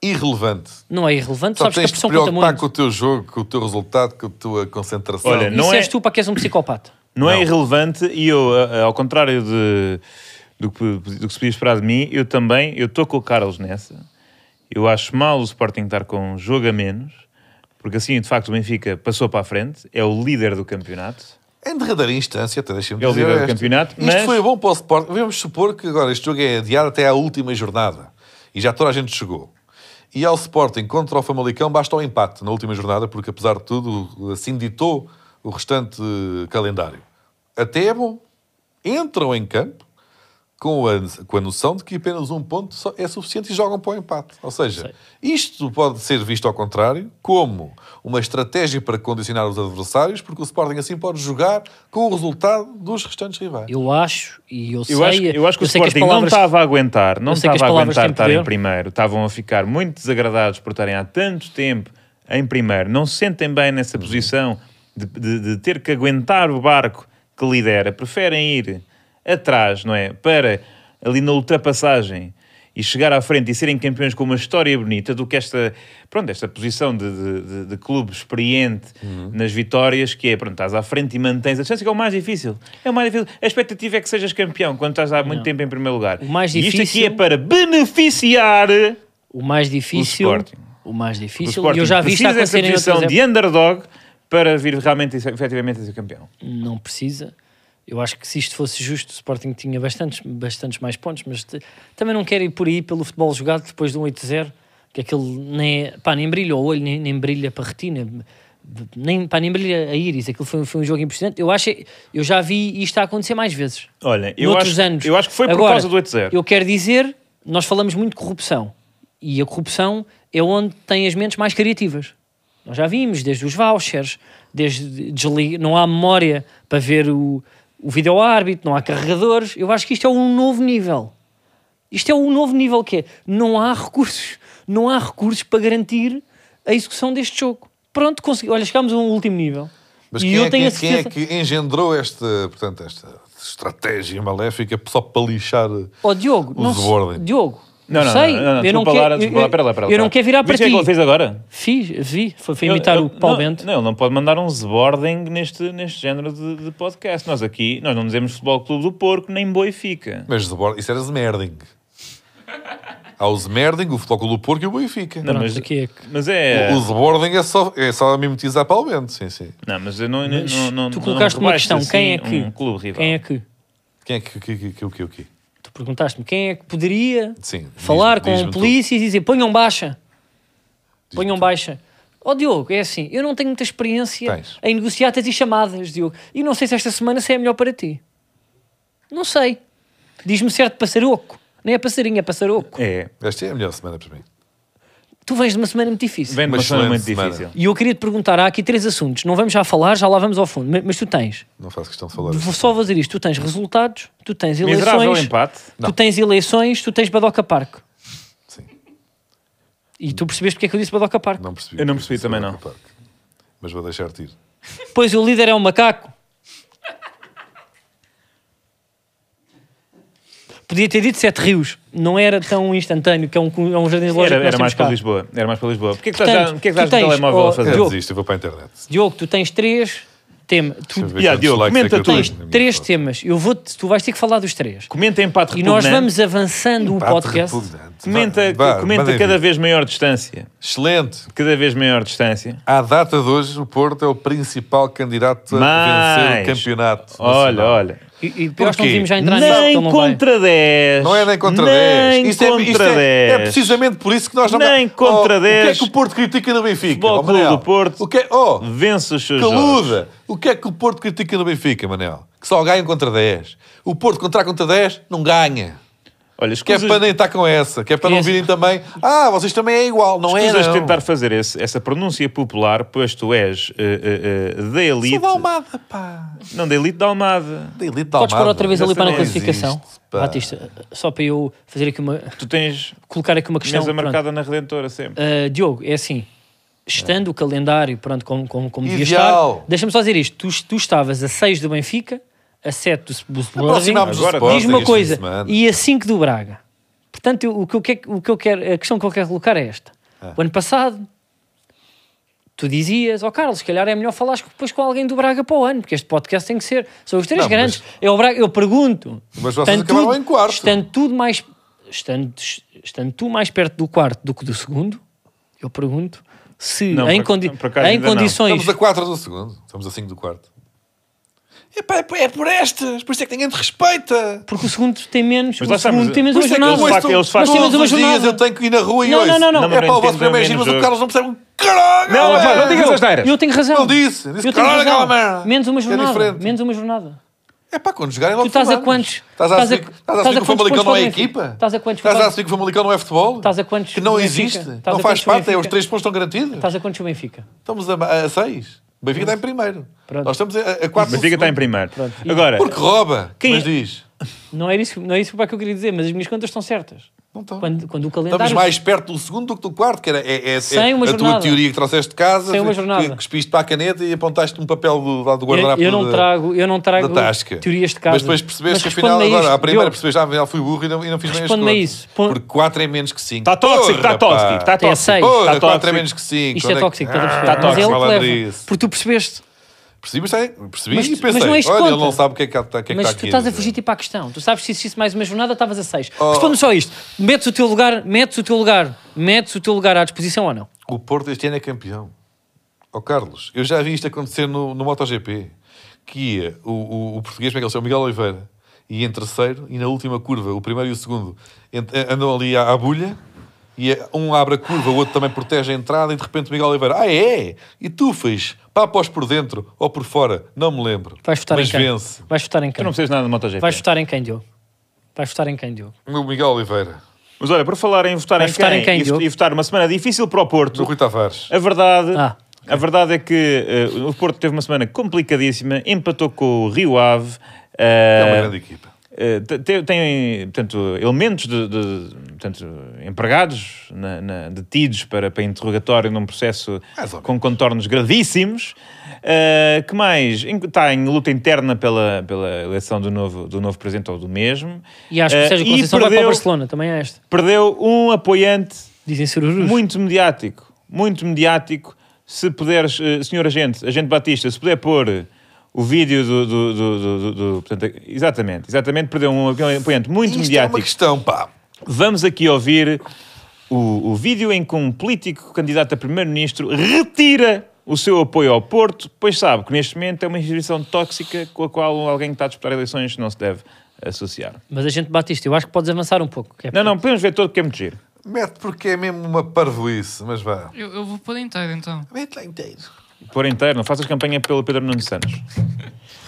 [SPEAKER 2] Irrelevante.
[SPEAKER 4] Não é irrelevante,
[SPEAKER 2] Só
[SPEAKER 4] sabes que a
[SPEAKER 2] tens de te
[SPEAKER 4] pressão conta
[SPEAKER 2] preocupar
[SPEAKER 4] muito.
[SPEAKER 2] com o teu jogo, com o teu resultado, com a tua concentração.
[SPEAKER 3] Olha,
[SPEAKER 4] Isso
[SPEAKER 3] Não
[SPEAKER 4] és
[SPEAKER 3] é-
[SPEAKER 4] tu para que és um psicopata.
[SPEAKER 3] Não, é irrelevante e eu, a- a- ao contrário de, do, que, do que se podia esperar de mim, eu também, eu estou com o Carlos nessa. Eu acho mal o Sporting estar com um jogo a menos, porque assim, de facto, o Benfica passou para a frente, é o líder do campeonato.
[SPEAKER 2] Em derradeira instância, até deixem-me
[SPEAKER 3] É o
[SPEAKER 2] dizer.
[SPEAKER 3] líder do
[SPEAKER 2] esta.
[SPEAKER 3] campeonato,
[SPEAKER 2] Isto
[SPEAKER 3] mas-
[SPEAKER 2] foi bom para o Sporting. Vamos supor que agora este jogo é adiado até à última jornada e já toda a gente chegou. E ao Sporting contra o Famalicão basta o empate na última jornada, porque apesar de tudo, assim ditou o restante eh, calendário. Até é bom. Entram em campo com a, com a noção de que apenas um ponto só- é suficiente e jogam para o empate. Ou seja, isto pode ser visto ao contrário como uma estratégia para condicionar os adversários, porque o Sporting assim pode jogar com o resultado dos restantes rivais.
[SPEAKER 4] Eu acho, e eu, sei,
[SPEAKER 3] Eu, acho, eu acho que o
[SPEAKER 4] eu sei que as
[SPEAKER 3] Sporting não
[SPEAKER 4] palavras
[SPEAKER 3] estava a aguentar, não
[SPEAKER 4] eu sei que
[SPEAKER 3] estava
[SPEAKER 4] as
[SPEAKER 3] a
[SPEAKER 4] palavras
[SPEAKER 3] aguentar
[SPEAKER 4] têm
[SPEAKER 3] estar em
[SPEAKER 4] poder.
[SPEAKER 3] primeiro, estavam a ficar muito desagradados por estarem há tanto tempo em primeiro, não se sentem bem nessa
[SPEAKER 4] Uhum.
[SPEAKER 3] posição de, de- de ter que aguentar o barco que lidera, preferem ir atrás, não é? Para ali na ultrapassagem e chegar à frente e serem campeões com uma história bonita do que esta, pronto, esta posição de, de- de- de clube experiente
[SPEAKER 4] Uhum.
[SPEAKER 3] nas vitórias, que é, pronto, estás à frente e mantens a distância, que é o mais difícil. É o mais difícil. A expectativa é que sejas campeão quando estás há muito tempo em primeiro lugar.
[SPEAKER 4] O mais
[SPEAKER 3] e isto aqui
[SPEAKER 4] difícil-
[SPEAKER 3] é para beneficiar
[SPEAKER 4] o mais difícil.
[SPEAKER 3] O
[SPEAKER 4] O,
[SPEAKER 3] Sporting.
[SPEAKER 4] mais
[SPEAKER 3] o
[SPEAKER 4] difícil. E
[SPEAKER 3] Sporting.
[SPEAKER 4] eu já vi isto
[SPEAKER 3] Precisa dessa
[SPEAKER 4] acontecer em outras
[SPEAKER 3] posição
[SPEAKER 4] épocas.
[SPEAKER 3] de underdog para vir realmente e efetivamente a ser campeão.
[SPEAKER 4] não precisa. Eu acho que se isto fosse justo, o Sporting tinha bastantes, bastantes mais pontos, mas te- também não quero ir por aí pelo futebol jogado depois de um 8-0, que aquele nem, é- pá, nem brilha o olho, nem, nem brilha para a retina, nem, pá, nem brilha a íris. Aquilo foi, foi um jogo impressionante. Eu, acho, eu já vi isto a acontecer mais vezes.
[SPEAKER 3] Olha, né? eu
[SPEAKER 4] noutros
[SPEAKER 3] acho,
[SPEAKER 4] anos.
[SPEAKER 3] eu acho que foi por
[SPEAKER 4] Agora,
[SPEAKER 3] causa do 8-0.
[SPEAKER 4] Eu quero dizer, nós falamos muito de corrupção e a corrupção é onde tem as mentes mais criativas. Nós já vimos, desde os vouchers, desde desli- não há memória para ver o, o vídeo árbitro, não há carregadores. Eu acho que isto é um novo nível. Isto é um novo nível que é, não há recursos, não há recursos para garantir a execução deste jogo. Pronto, consegui, olha, chegámos a um último nível.
[SPEAKER 2] Mas
[SPEAKER 4] E
[SPEAKER 2] quem,
[SPEAKER 4] eu
[SPEAKER 2] é,
[SPEAKER 4] tenho
[SPEAKER 2] quem-
[SPEAKER 4] a
[SPEAKER 2] quem é
[SPEAKER 4] certeza-
[SPEAKER 2] que engendrou esta, portanto, esta estratégia maléfica só para lixar?
[SPEAKER 4] Ó Diogo,
[SPEAKER 2] O
[SPEAKER 4] não se-
[SPEAKER 2] desordem.
[SPEAKER 4] Diogo,
[SPEAKER 3] Não, não, não,
[SPEAKER 4] sei,
[SPEAKER 3] não, não,
[SPEAKER 4] eu não
[SPEAKER 3] desculpa
[SPEAKER 4] quero,
[SPEAKER 3] lá, desculpa
[SPEAKER 4] eu-
[SPEAKER 3] lá, pera lá, pera lá.
[SPEAKER 4] eu não quero virar para
[SPEAKER 3] Viste o que é
[SPEAKER 4] ti.
[SPEAKER 3] que ele fez agora?
[SPEAKER 4] Fiz, vi, foi, foi imitar
[SPEAKER 3] Eu- eu-
[SPEAKER 4] o Paulo
[SPEAKER 3] não,
[SPEAKER 4] Bento.
[SPEAKER 3] Não, ele não pode mandar um zbording neste, neste género de, de podcast. Nós aqui, nós não dizemos Futebol Clube do Porco, nem Boi Fica.
[SPEAKER 2] Mas de bordo- isso era Zmerding. Há o Zmerding, o Futebol Clube do Porco e o Benfica.
[SPEAKER 3] Não,
[SPEAKER 4] Pronto,
[SPEAKER 3] mas,
[SPEAKER 4] aqui é que-
[SPEAKER 3] mas é...
[SPEAKER 2] O Zbording é só, é só mimetizar para o vento, sim, sim.
[SPEAKER 3] Não, mas eu não, não-
[SPEAKER 4] Mas
[SPEAKER 3] não, não,
[SPEAKER 4] tu colocaste
[SPEAKER 3] não
[SPEAKER 4] uma questão,
[SPEAKER 3] rebaixo
[SPEAKER 4] quem é
[SPEAKER 3] assim
[SPEAKER 4] que,
[SPEAKER 3] Um clube rival.
[SPEAKER 4] quem é que,
[SPEAKER 2] Quem é que, que, que, que, que, que?
[SPEAKER 4] tu perguntaste-me, quem é que poderia
[SPEAKER 2] Sim,
[SPEAKER 4] falar
[SPEAKER 2] diz-me-
[SPEAKER 4] com
[SPEAKER 2] diz-me
[SPEAKER 4] um
[SPEAKER 2] tu.
[SPEAKER 4] polícia e dizer, ponham baixa,
[SPEAKER 2] Diz-me
[SPEAKER 4] ponham
[SPEAKER 2] tu.
[SPEAKER 4] baixa. Ó Diogo, é assim, eu não tenho muita experiência
[SPEAKER 2] Tens.
[SPEAKER 4] em negociatas e chamadas, Diogo. E não sei se esta semana se é melhor para ti. Não sei. Diz-me certo passaroco. Nem é passarinho, é passaroco.
[SPEAKER 3] É.
[SPEAKER 2] Esta é a melhor semana para mim.
[SPEAKER 4] Tu vens de uma semana muito difícil.
[SPEAKER 3] Vem de uma
[SPEAKER 2] Uma
[SPEAKER 3] semana muito
[SPEAKER 2] excelente semana.
[SPEAKER 3] difícil.
[SPEAKER 4] E eu queria te perguntar, há aqui três assuntos. Não vamos já falar, já lá vamos ao fundo. Mas, mas tu tens,
[SPEAKER 2] Não faço questão de falar.
[SPEAKER 4] vou
[SPEAKER 2] assim.
[SPEAKER 4] só fazer isto, tu tens resultados, tu tens
[SPEAKER 3] Miserável
[SPEAKER 4] eleições,
[SPEAKER 3] empate.
[SPEAKER 4] tu tens eleições, tu tens Badoca Parque.
[SPEAKER 2] assim. Sim.
[SPEAKER 4] E tu percebeste porque é que eu disse Badoca Parque.
[SPEAKER 2] Não percebi.
[SPEAKER 3] Eu não
[SPEAKER 2] o que
[SPEAKER 3] percebi
[SPEAKER 2] disse
[SPEAKER 3] também,
[SPEAKER 2] sobre
[SPEAKER 3] não.
[SPEAKER 2] o Parque. Mas vou deixar-te ir.
[SPEAKER 4] Pois o líder é um macaco. Podia ter dito Sete Rios. Não era tão instantâneo, que é um, é um jardim de loja
[SPEAKER 3] Era, era
[SPEAKER 4] que nós temos
[SPEAKER 3] mais
[SPEAKER 4] cá.
[SPEAKER 3] para Lisboa. Era mais para Lisboa. Porquê que
[SPEAKER 4] Portanto,
[SPEAKER 3] estás, já- porquê que
[SPEAKER 4] tu
[SPEAKER 3] estás no
[SPEAKER 4] tens-
[SPEAKER 3] telemóvel
[SPEAKER 4] oh,
[SPEAKER 3] a fazer?
[SPEAKER 2] Eu
[SPEAKER 4] Diogo.
[SPEAKER 2] desisto, eu vou para a internet.
[SPEAKER 4] Diogo, tu tens três temas. Tu
[SPEAKER 2] Deixa-me ver
[SPEAKER 3] Yeah,
[SPEAKER 2] quantos
[SPEAKER 3] Diogo,
[SPEAKER 2] likes é que
[SPEAKER 3] comenta
[SPEAKER 2] eu tenho
[SPEAKER 3] tudo.
[SPEAKER 2] na minha
[SPEAKER 4] três
[SPEAKER 2] foto.
[SPEAKER 4] temas. Eu vou tu vais ter que falar dos três.
[SPEAKER 3] Comenta empate
[SPEAKER 4] E nós
[SPEAKER 3] repugnante.
[SPEAKER 4] vamos avançando o
[SPEAKER 2] Pá,
[SPEAKER 4] podcast.
[SPEAKER 2] repugnante.
[SPEAKER 3] Comenta,
[SPEAKER 2] Vá, vá,
[SPEAKER 3] comenta
[SPEAKER 2] mandem
[SPEAKER 3] cada
[SPEAKER 2] vir.
[SPEAKER 3] vez maior distância.
[SPEAKER 2] Excelente.
[SPEAKER 3] Cada vez maior distância.
[SPEAKER 2] À data de hoje, o Porto é o principal candidato a
[SPEAKER 3] Mais.
[SPEAKER 2] vencer o campeonato.
[SPEAKER 3] Olha,
[SPEAKER 2] nacional.
[SPEAKER 3] olha.
[SPEAKER 4] E, e pior que não
[SPEAKER 2] Porquê?
[SPEAKER 4] devíamos já entrar nisso,
[SPEAKER 3] Nem
[SPEAKER 4] então não vai.
[SPEAKER 3] contra 10.
[SPEAKER 2] Não é nem contra 10. Isto, é, isto é- é precisamente por isso que nós não.
[SPEAKER 3] Nem
[SPEAKER 2] Oh,
[SPEAKER 3] contra
[SPEAKER 2] O que é
[SPEAKER 3] 10.
[SPEAKER 2] que o Porto critica no Benfica?
[SPEAKER 3] Futebol
[SPEAKER 2] oh, Manel?
[SPEAKER 3] Clube do Porto.
[SPEAKER 2] O que é, oh,
[SPEAKER 3] Vence os seus jogos.
[SPEAKER 2] caluda! O que é que o Porto critica no Benfica, Manel? Que só ganha contra 10. O Porto contra contra 10 não ganha.
[SPEAKER 3] Olha,
[SPEAKER 2] Que é
[SPEAKER 3] escusas,
[SPEAKER 2] para nem estar com essa. Que é para não
[SPEAKER 4] Esse-
[SPEAKER 2] virem também. Ah, vocês também é igual. Não é,
[SPEAKER 3] escusas de
[SPEAKER 2] não.
[SPEAKER 3] tentar fazer esse- essa pronúncia popular, pois tu és eh, eh, eh, da elite.
[SPEAKER 2] Sou da Almada, pá.
[SPEAKER 3] Não, da elite da Almada.
[SPEAKER 2] Da elite da
[SPEAKER 4] Podes pôr
[SPEAKER 2] Almada.
[SPEAKER 4] outra vez ali
[SPEAKER 2] Essa
[SPEAKER 4] para a
[SPEAKER 2] não
[SPEAKER 4] classificação.
[SPEAKER 2] existe, pá.
[SPEAKER 4] Batista, só para eu fazer aqui uma,
[SPEAKER 3] Tu tens
[SPEAKER 4] colocar aqui uma questão.
[SPEAKER 3] mesa
[SPEAKER 4] pronto.
[SPEAKER 3] marcada na Redentora sempre.
[SPEAKER 4] Uh, Diogo, é assim. Estando o calendário, pronto, como, como, como devia
[SPEAKER 2] Ideal.
[SPEAKER 4] estar, deixa-me só dizer isto. Tu, tu estavas a 6 do Benfica, a 7 do, do Sporting,
[SPEAKER 2] Aproximámos do
[SPEAKER 3] Agora,
[SPEAKER 2] Sporting
[SPEAKER 4] diz-me uma
[SPEAKER 2] este fim de
[SPEAKER 4] coisa,
[SPEAKER 2] semana.
[SPEAKER 4] e a 5 do Braga. Portanto, eu- o, que eu quero, o que eu quero, a questão que eu quero colocar é esta.
[SPEAKER 2] Ah.
[SPEAKER 4] O ano passado, tu dizias, ó Carlos, se calhar é melhor falares depois com alguém do Braga para o ano, porque este podcast tem que ser. São os três
[SPEAKER 2] Não,
[SPEAKER 4] grandes. É o Braga, eu pergunto.
[SPEAKER 2] Mas vocês acabaram em quarto.
[SPEAKER 4] Estando tudo mais. Estando, estando tu mais perto do quarto do que do segundo, eu pergunto se
[SPEAKER 3] Não,
[SPEAKER 4] em,
[SPEAKER 3] por-
[SPEAKER 4] condi
[SPEAKER 3] por acaso
[SPEAKER 4] em
[SPEAKER 3] ainda não.
[SPEAKER 4] condições.
[SPEAKER 2] Estamos a 4 do segundo. Estamos a 5 do quarto. Epá, é por- é por estas. Por isso é que ninguém te respeita.
[SPEAKER 4] Porque o segundo tem menos.
[SPEAKER 3] Mas
[SPEAKER 4] o
[SPEAKER 3] lá está,
[SPEAKER 4] segundo
[SPEAKER 3] mas-
[SPEAKER 4] tem menos
[SPEAKER 2] Por
[SPEAKER 4] uma
[SPEAKER 2] isso é que
[SPEAKER 4] jornada.
[SPEAKER 2] eu ouço
[SPEAKER 3] Mas eles fazem-
[SPEAKER 4] temos
[SPEAKER 2] todos
[SPEAKER 4] uma
[SPEAKER 2] os dias
[SPEAKER 4] jornada.
[SPEAKER 2] eu tenho que ir na rua e
[SPEAKER 4] Não,
[SPEAKER 2] ouço.
[SPEAKER 4] não, não, não.
[SPEAKER 2] É pá, o vosso
[SPEAKER 3] Não, mas não
[SPEAKER 2] primeiro
[SPEAKER 3] entendem
[SPEAKER 2] giro,
[SPEAKER 3] o
[SPEAKER 2] mas
[SPEAKER 3] mesmo
[SPEAKER 2] o Carlos não percebe um caralho.
[SPEAKER 3] Não,
[SPEAKER 2] é.
[SPEAKER 3] pá, não digas as neiras.
[SPEAKER 4] Eu tenho razão.
[SPEAKER 2] Não disse. Disse
[SPEAKER 4] eu tenho
[SPEAKER 2] caralho
[SPEAKER 4] razão.
[SPEAKER 2] aquela merda.
[SPEAKER 4] Menos uma
[SPEAKER 2] É
[SPEAKER 4] jornada.
[SPEAKER 2] diferente.
[SPEAKER 4] menos uma jornada.
[SPEAKER 2] É pá, quando jogarem logo
[SPEAKER 4] Tu estás a
[SPEAKER 2] falamos.
[SPEAKER 4] quantos-
[SPEAKER 2] Estás a
[SPEAKER 4] estás a-
[SPEAKER 2] assumir estás a
[SPEAKER 4] estás a
[SPEAKER 2] assumir que o
[SPEAKER 4] quantos
[SPEAKER 2] Famalicão não é
[SPEAKER 4] pontos para o Benfica?
[SPEAKER 2] equipa?
[SPEAKER 4] Estás a quantos
[SPEAKER 2] Estás a
[SPEAKER 4] pontos-
[SPEAKER 2] assumir que o Famalicão não é futebol?
[SPEAKER 4] Estás a quantos
[SPEAKER 2] Que não
[SPEAKER 4] para o Benfica?
[SPEAKER 2] existe.
[SPEAKER 4] Estás
[SPEAKER 2] Não
[SPEAKER 4] a
[SPEAKER 2] faz
[SPEAKER 4] quantos para o
[SPEAKER 2] parte. É os
[SPEAKER 4] Benfica?
[SPEAKER 2] três pontos estão garantidos.
[SPEAKER 4] Estás a quantos o Benfica?
[SPEAKER 2] Estamos a 6. O Benfica está em primeiro.
[SPEAKER 4] Pronto.
[SPEAKER 2] Nós estamos a 4
[SPEAKER 3] O Benfica está em primeiro.
[SPEAKER 4] Pronto. E-
[SPEAKER 3] Agora,
[SPEAKER 2] Porque rouba.
[SPEAKER 3] Quem-
[SPEAKER 4] é?
[SPEAKER 2] Mas diz.
[SPEAKER 4] Não era isso, não é isso para que eu queria dizer, mas as minhas contas estão certas.
[SPEAKER 2] Não estão.
[SPEAKER 4] Quando, quando o calendário.
[SPEAKER 2] Estamos mais perto do segundo do que do quarto, que era é, é-
[SPEAKER 4] Sem
[SPEAKER 2] é
[SPEAKER 4] uma
[SPEAKER 2] a
[SPEAKER 4] jornada.
[SPEAKER 2] tua teoria que trouxeste de casa,
[SPEAKER 4] Sem uma
[SPEAKER 2] que-
[SPEAKER 4] jornada.
[SPEAKER 2] que cuspiste para a caneta e apontaste um papel do lado do
[SPEAKER 4] eu,
[SPEAKER 2] guardanapo
[SPEAKER 4] eu não
[SPEAKER 2] da-
[SPEAKER 4] trago, eu não trago
[SPEAKER 2] da tasca.
[SPEAKER 4] teorias de casa.
[SPEAKER 2] Mas depois percebeste que
[SPEAKER 4] Mas
[SPEAKER 2] afinal,
[SPEAKER 4] responde-me a
[SPEAKER 2] agora,
[SPEAKER 4] isto,
[SPEAKER 2] à primeira
[SPEAKER 4] Diogo.
[SPEAKER 2] percebes, ah, afinal fui burro e não, e não fiz bem as
[SPEAKER 4] Responde-me a
[SPEAKER 2] contas.
[SPEAKER 4] isso. Pon- Tá
[SPEAKER 2] Porque 4 é menos que 5.
[SPEAKER 3] está tóxico, está tóxico, está
[SPEAKER 4] Até
[SPEAKER 3] tóxico.
[SPEAKER 4] seis.
[SPEAKER 2] Porra,
[SPEAKER 3] Está
[SPEAKER 2] 4 é
[SPEAKER 3] tóxico.
[SPEAKER 2] menos que Ah, 5.
[SPEAKER 4] Tá Isto é tóxico, estás a perceber?
[SPEAKER 3] tá
[SPEAKER 4] mas é
[SPEAKER 3] tóxico,
[SPEAKER 4] ele que leva. Porque tu percebeste.
[SPEAKER 2] Percebi, mas tem- percebi
[SPEAKER 4] Mas
[SPEAKER 2] e
[SPEAKER 4] tu-
[SPEAKER 2] pensei,
[SPEAKER 4] mas não é isto que
[SPEAKER 2] olha, ele
[SPEAKER 4] conta.
[SPEAKER 2] não sabe o que é que há- o que é que está
[SPEAKER 4] mas
[SPEAKER 2] aqui
[SPEAKER 4] tu estás a
[SPEAKER 2] dizer.
[SPEAKER 4] fugir tipo à questão. Tu sabes que se existisse mais uma jornada, estavas a seis.
[SPEAKER 2] Oh.
[SPEAKER 4] Responde-me só isto. Metes o teu lugar, metes o teu lugar, metes o teu lugar à disposição ou não?
[SPEAKER 2] O Porto este ano é campeão. Ó Carlos, eu já vi isto acontecer no, no MotoGP, que ia o, o, o português, como é que ele se chama? Miguel Oliveira, e em terceiro, e na última curva, o primeiro e o segundo, ent- eh, andam ali à, à bulha, e é- um abre a curva, o outro também protege a entrada, e de repente o Miguel Oliveira, ah é? E tu fez papas por dentro ou por fora? Não me lembro.
[SPEAKER 4] Vais votar
[SPEAKER 2] Mas
[SPEAKER 4] em quem?
[SPEAKER 2] vence.
[SPEAKER 4] Vais votar em quem?
[SPEAKER 3] Eu não preciso nada de MotoGP.
[SPEAKER 4] Vais votar em quem, Diogo? Vais votar em quem, Diogo?
[SPEAKER 2] O Miguel Oliveira,
[SPEAKER 3] Mas olha, por falar em votar, em,
[SPEAKER 4] Vais votar
[SPEAKER 3] quem,
[SPEAKER 4] em quem,
[SPEAKER 3] e,
[SPEAKER 4] Diogo?
[SPEAKER 3] e votar uma semana difícil para o
[SPEAKER 2] do
[SPEAKER 3] Porto,
[SPEAKER 2] Rui Tavares.
[SPEAKER 3] a verdade,
[SPEAKER 4] Ah,
[SPEAKER 3] a verdade é que eh, o Porto teve uma semana complicadíssima, empatou com o Rio Ave.
[SPEAKER 2] É uma
[SPEAKER 3] eh,
[SPEAKER 2] grande equipa.
[SPEAKER 3] eh, te- te- tem, portanto, elementos de, de- portanto, empregados na- na- detidos para, para interrogatório num processo
[SPEAKER 2] Mais ou
[SPEAKER 3] com contornos gravíssimos. Eh, que mais? Em- Está em luta interna pela, pela eleição do novo, do novo presidente ou do mesmo.
[SPEAKER 4] E acho que
[SPEAKER 3] Eh,
[SPEAKER 4] o Sérgio
[SPEAKER 3] e
[SPEAKER 4] Conceição vai para o
[SPEAKER 3] perdeu-
[SPEAKER 4] Barcelona, também é este.
[SPEAKER 3] Perdeu um apoiante
[SPEAKER 4] Dizem sururus.
[SPEAKER 3] muito mediático, muito mediático. Se puderes, eh, senhor agente, agente Batista, se puder pôr eh, o vídeo do. do- do- do- do- do- portanto, exatamente, exatamente, perdeu um apoiante muito
[SPEAKER 2] Isto é uma
[SPEAKER 3] mediático.
[SPEAKER 2] questão, pá.
[SPEAKER 3] Vamos aqui ouvir o, o vídeo em que um político candidato a primeiro-ministro retira o seu apoio ao Porto, pois sabe que neste momento é uma instituição tóxica com a qual alguém que está a disputar eleições não se deve associar.
[SPEAKER 4] Mas a gente Batista, eu acho que podes avançar um pouco. que é
[SPEAKER 3] Não, não, podemos ver todo porque é muito giro.
[SPEAKER 2] Mete porque é mesmo uma parvoíce, mas vá.
[SPEAKER 1] Eu, eu vou pôr inteiro então.
[SPEAKER 2] Mete lá inteiro.
[SPEAKER 3] Por inteiro, não faças campanha pelo Pedro Nuno Santos.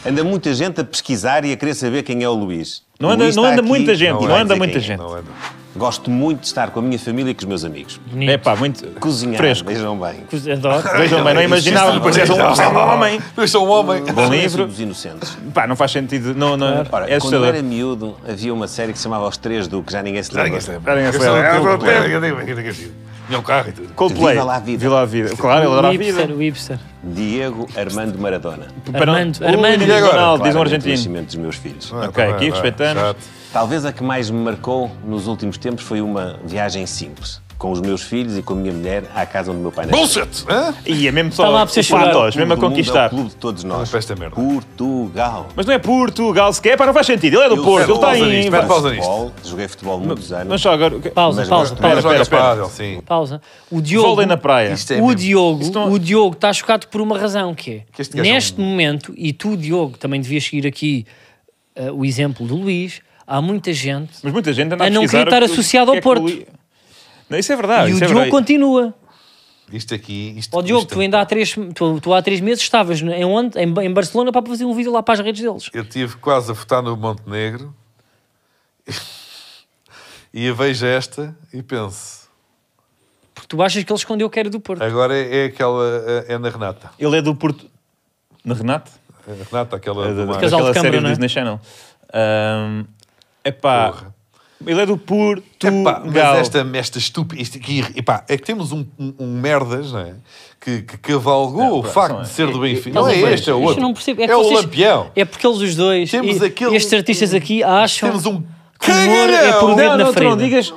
[SPEAKER 5] Anda muita gente a pesquisar e a querer saber quem é o Luís.
[SPEAKER 3] Não
[SPEAKER 5] O
[SPEAKER 3] anda,
[SPEAKER 5] Luís
[SPEAKER 3] não
[SPEAKER 5] está
[SPEAKER 3] anda
[SPEAKER 5] aqui,
[SPEAKER 3] muita gente, não,
[SPEAKER 5] vai
[SPEAKER 3] anda
[SPEAKER 5] dizer
[SPEAKER 3] muita
[SPEAKER 5] quem é.
[SPEAKER 3] gente.
[SPEAKER 2] Não é? não.
[SPEAKER 5] Gosto muito de estar com a minha família e com os meus amigos.
[SPEAKER 4] Bonito.
[SPEAKER 3] É pá, muito
[SPEAKER 5] Cozinhar,
[SPEAKER 3] fresco.
[SPEAKER 5] vejam bem.
[SPEAKER 4] Adoro.
[SPEAKER 3] Vejam bem, não
[SPEAKER 5] é
[SPEAKER 3] imaginava que parecia um homem.
[SPEAKER 2] Mas sou um homem.
[SPEAKER 3] Bom
[SPEAKER 5] Silêncio
[SPEAKER 3] livro.
[SPEAKER 5] dos inocentes.
[SPEAKER 3] Pá, não faz sentido. Não, não,
[SPEAKER 5] Ora,
[SPEAKER 3] é
[SPEAKER 5] quando eu
[SPEAKER 3] assustador.
[SPEAKER 5] era miúdo, havia uma série que se chamava Os Três Duques, já ninguém se
[SPEAKER 2] Já
[SPEAKER 5] lembra.
[SPEAKER 2] ninguém se lembra.
[SPEAKER 3] Ninguém se
[SPEAKER 2] Eu sou
[SPEAKER 3] lembra.
[SPEAKER 2] um
[SPEAKER 3] Eu
[SPEAKER 2] clube. Eu digo, eu digo, eu digo. Tinha um carro e tudo.
[SPEAKER 3] Coldplay.
[SPEAKER 5] Viva lá a vida.
[SPEAKER 3] Viva a vida. Claro, ele adora
[SPEAKER 4] O
[SPEAKER 3] a vida.
[SPEAKER 4] hipster, o hipster.
[SPEAKER 5] Diego Armando Maradona.
[SPEAKER 3] Para-
[SPEAKER 4] Armando,
[SPEAKER 3] Ui,
[SPEAKER 4] Armando.
[SPEAKER 3] Diego
[SPEAKER 2] E agora?
[SPEAKER 3] Ronaldo, diz um
[SPEAKER 5] Claramente, o
[SPEAKER 3] argentino.
[SPEAKER 5] nascimento dos meus filhos.
[SPEAKER 2] Ah,
[SPEAKER 3] Ok,
[SPEAKER 2] tá
[SPEAKER 3] aqui
[SPEAKER 2] bem, vá.
[SPEAKER 3] respeitamos.
[SPEAKER 2] Chato.
[SPEAKER 5] Talvez a que mais me marcou nos últimos tempos foi uma viagem simples, com os meus filhos e com a minha mulher à casa onde o meu pai nasceu.
[SPEAKER 2] Bullshit! Hã?
[SPEAKER 3] E é mesmo
[SPEAKER 4] Estava
[SPEAKER 3] só
[SPEAKER 4] a
[SPEAKER 3] os
[SPEAKER 4] precisar chorar.
[SPEAKER 3] fatos,
[SPEAKER 5] O clube
[SPEAKER 3] mesmo a
[SPEAKER 5] do mundo É o
[SPEAKER 3] conquistar.
[SPEAKER 5] clube de todos
[SPEAKER 2] Não
[SPEAKER 5] nós.
[SPEAKER 2] faz esta merda.
[SPEAKER 5] Portugal.
[SPEAKER 3] Mas não é Portugal sequer, pá, não faz sentido. Ele é do
[SPEAKER 5] Eu
[SPEAKER 3] Porto,
[SPEAKER 5] sei,
[SPEAKER 3] ele está
[SPEAKER 2] pausa
[SPEAKER 3] em.
[SPEAKER 2] nisto, mete pausa nisto.
[SPEAKER 5] Futebol, joguei futebol muitos anos.
[SPEAKER 3] Mas só agora. o quê?
[SPEAKER 4] Pausa,
[SPEAKER 5] Mas
[SPEAKER 4] pausa,
[SPEAKER 5] gosto-
[SPEAKER 2] Mas
[SPEAKER 3] Espera,
[SPEAKER 4] pausa,
[SPEAKER 2] joga
[SPEAKER 3] espera, espera.
[SPEAKER 2] pádel, sim.
[SPEAKER 4] pausa. O Diogo,
[SPEAKER 3] Vôlei na praia.
[SPEAKER 2] Isto é
[SPEAKER 4] o
[SPEAKER 2] mesmo.
[SPEAKER 4] Diogo,
[SPEAKER 3] Isto não-
[SPEAKER 4] o Diogo está chocado por uma razão que é,
[SPEAKER 2] Que este gajo é um-
[SPEAKER 4] neste momento, e tu, Diogo, também devias seguir aqui eh, o exemplo do Luís, há muita gente
[SPEAKER 3] Mas muita gente anda
[SPEAKER 4] A não
[SPEAKER 3] pesquisar
[SPEAKER 4] querer estar
[SPEAKER 3] o que-
[SPEAKER 4] associado
[SPEAKER 3] o que
[SPEAKER 4] ao
[SPEAKER 3] é que
[SPEAKER 4] Porto.
[SPEAKER 3] o- Não, isso é verdade.
[SPEAKER 4] e o
[SPEAKER 3] isso é
[SPEAKER 4] Diogo
[SPEAKER 3] verdade. é
[SPEAKER 4] continua.
[SPEAKER 2] Isto aqui. Isto,
[SPEAKER 4] Ó Diogo,
[SPEAKER 2] isto-
[SPEAKER 4] tu ainda há três, tu, tu há três meses estavas em, onde? Em, em Barcelona para fazer um vídeo lá para as redes deles.
[SPEAKER 2] Eu estive quase a votar no Montenegro e eu vejo esta e penso.
[SPEAKER 4] Porque tu achas que ele escondeu que era do Porto.
[SPEAKER 2] Agora é, é aquela. É é na Renata.
[SPEAKER 3] Ele é do Porto. Na Renato?
[SPEAKER 2] A Renata, aquela.
[SPEAKER 3] É
[SPEAKER 2] do
[SPEAKER 3] da-
[SPEAKER 2] mar.
[SPEAKER 4] Casal de
[SPEAKER 3] daquela série
[SPEAKER 4] câmara,
[SPEAKER 3] do
[SPEAKER 4] não é?
[SPEAKER 3] Disney Channel. Ahm, Epá.
[SPEAKER 2] Porra.
[SPEAKER 3] Ele é do
[SPEAKER 2] Epá,
[SPEAKER 3] Portugal.
[SPEAKER 2] mas esta, esta estúpida. Isto aqui, epá, é que temos um, um, um merdas, não é? Que, que cavalgou
[SPEAKER 3] Não,
[SPEAKER 2] o
[SPEAKER 3] pá,
[SPEAKER 2] facto
[SPEAKER 3] não é.
[SPEAKER 2] de ser do Benfica. Não
[SPEAKER 4] Estás a
[SPEAKER 2] é
[SPEAKER 4] ver?
[SPEAKER 2] este, é o
[SPEAKER 4] Isto
[SPEAKER 2] outro.
[SPEAKER 4] não percebo.
[SPEAKER 2] É,
[SPEAKER 4] que
[SPEAKER 2] o
[SPEAKER 4] vocês-
[SPEAKER 2] Lampião.
[SPEAKER 4] É porque eles os dois,
[SPEAKER 2] Temos
[SPEAKER 4] e-
[SPEAKER 2] aquele-
[SPEAKER 4] estes artistas aqui acham
[SPEAKER 2] Temos um
[SPEAKER 4] que o humor é
[SPEAKER 2] cagalhão.
[SPEAKER 4] por um dedo
[SPEAKER 3] Não,
[SPEAKER 4] na
[SPEAKER 3] não, tu
[SPEAKER 4] frente.
[SPEAKER 3] não digas.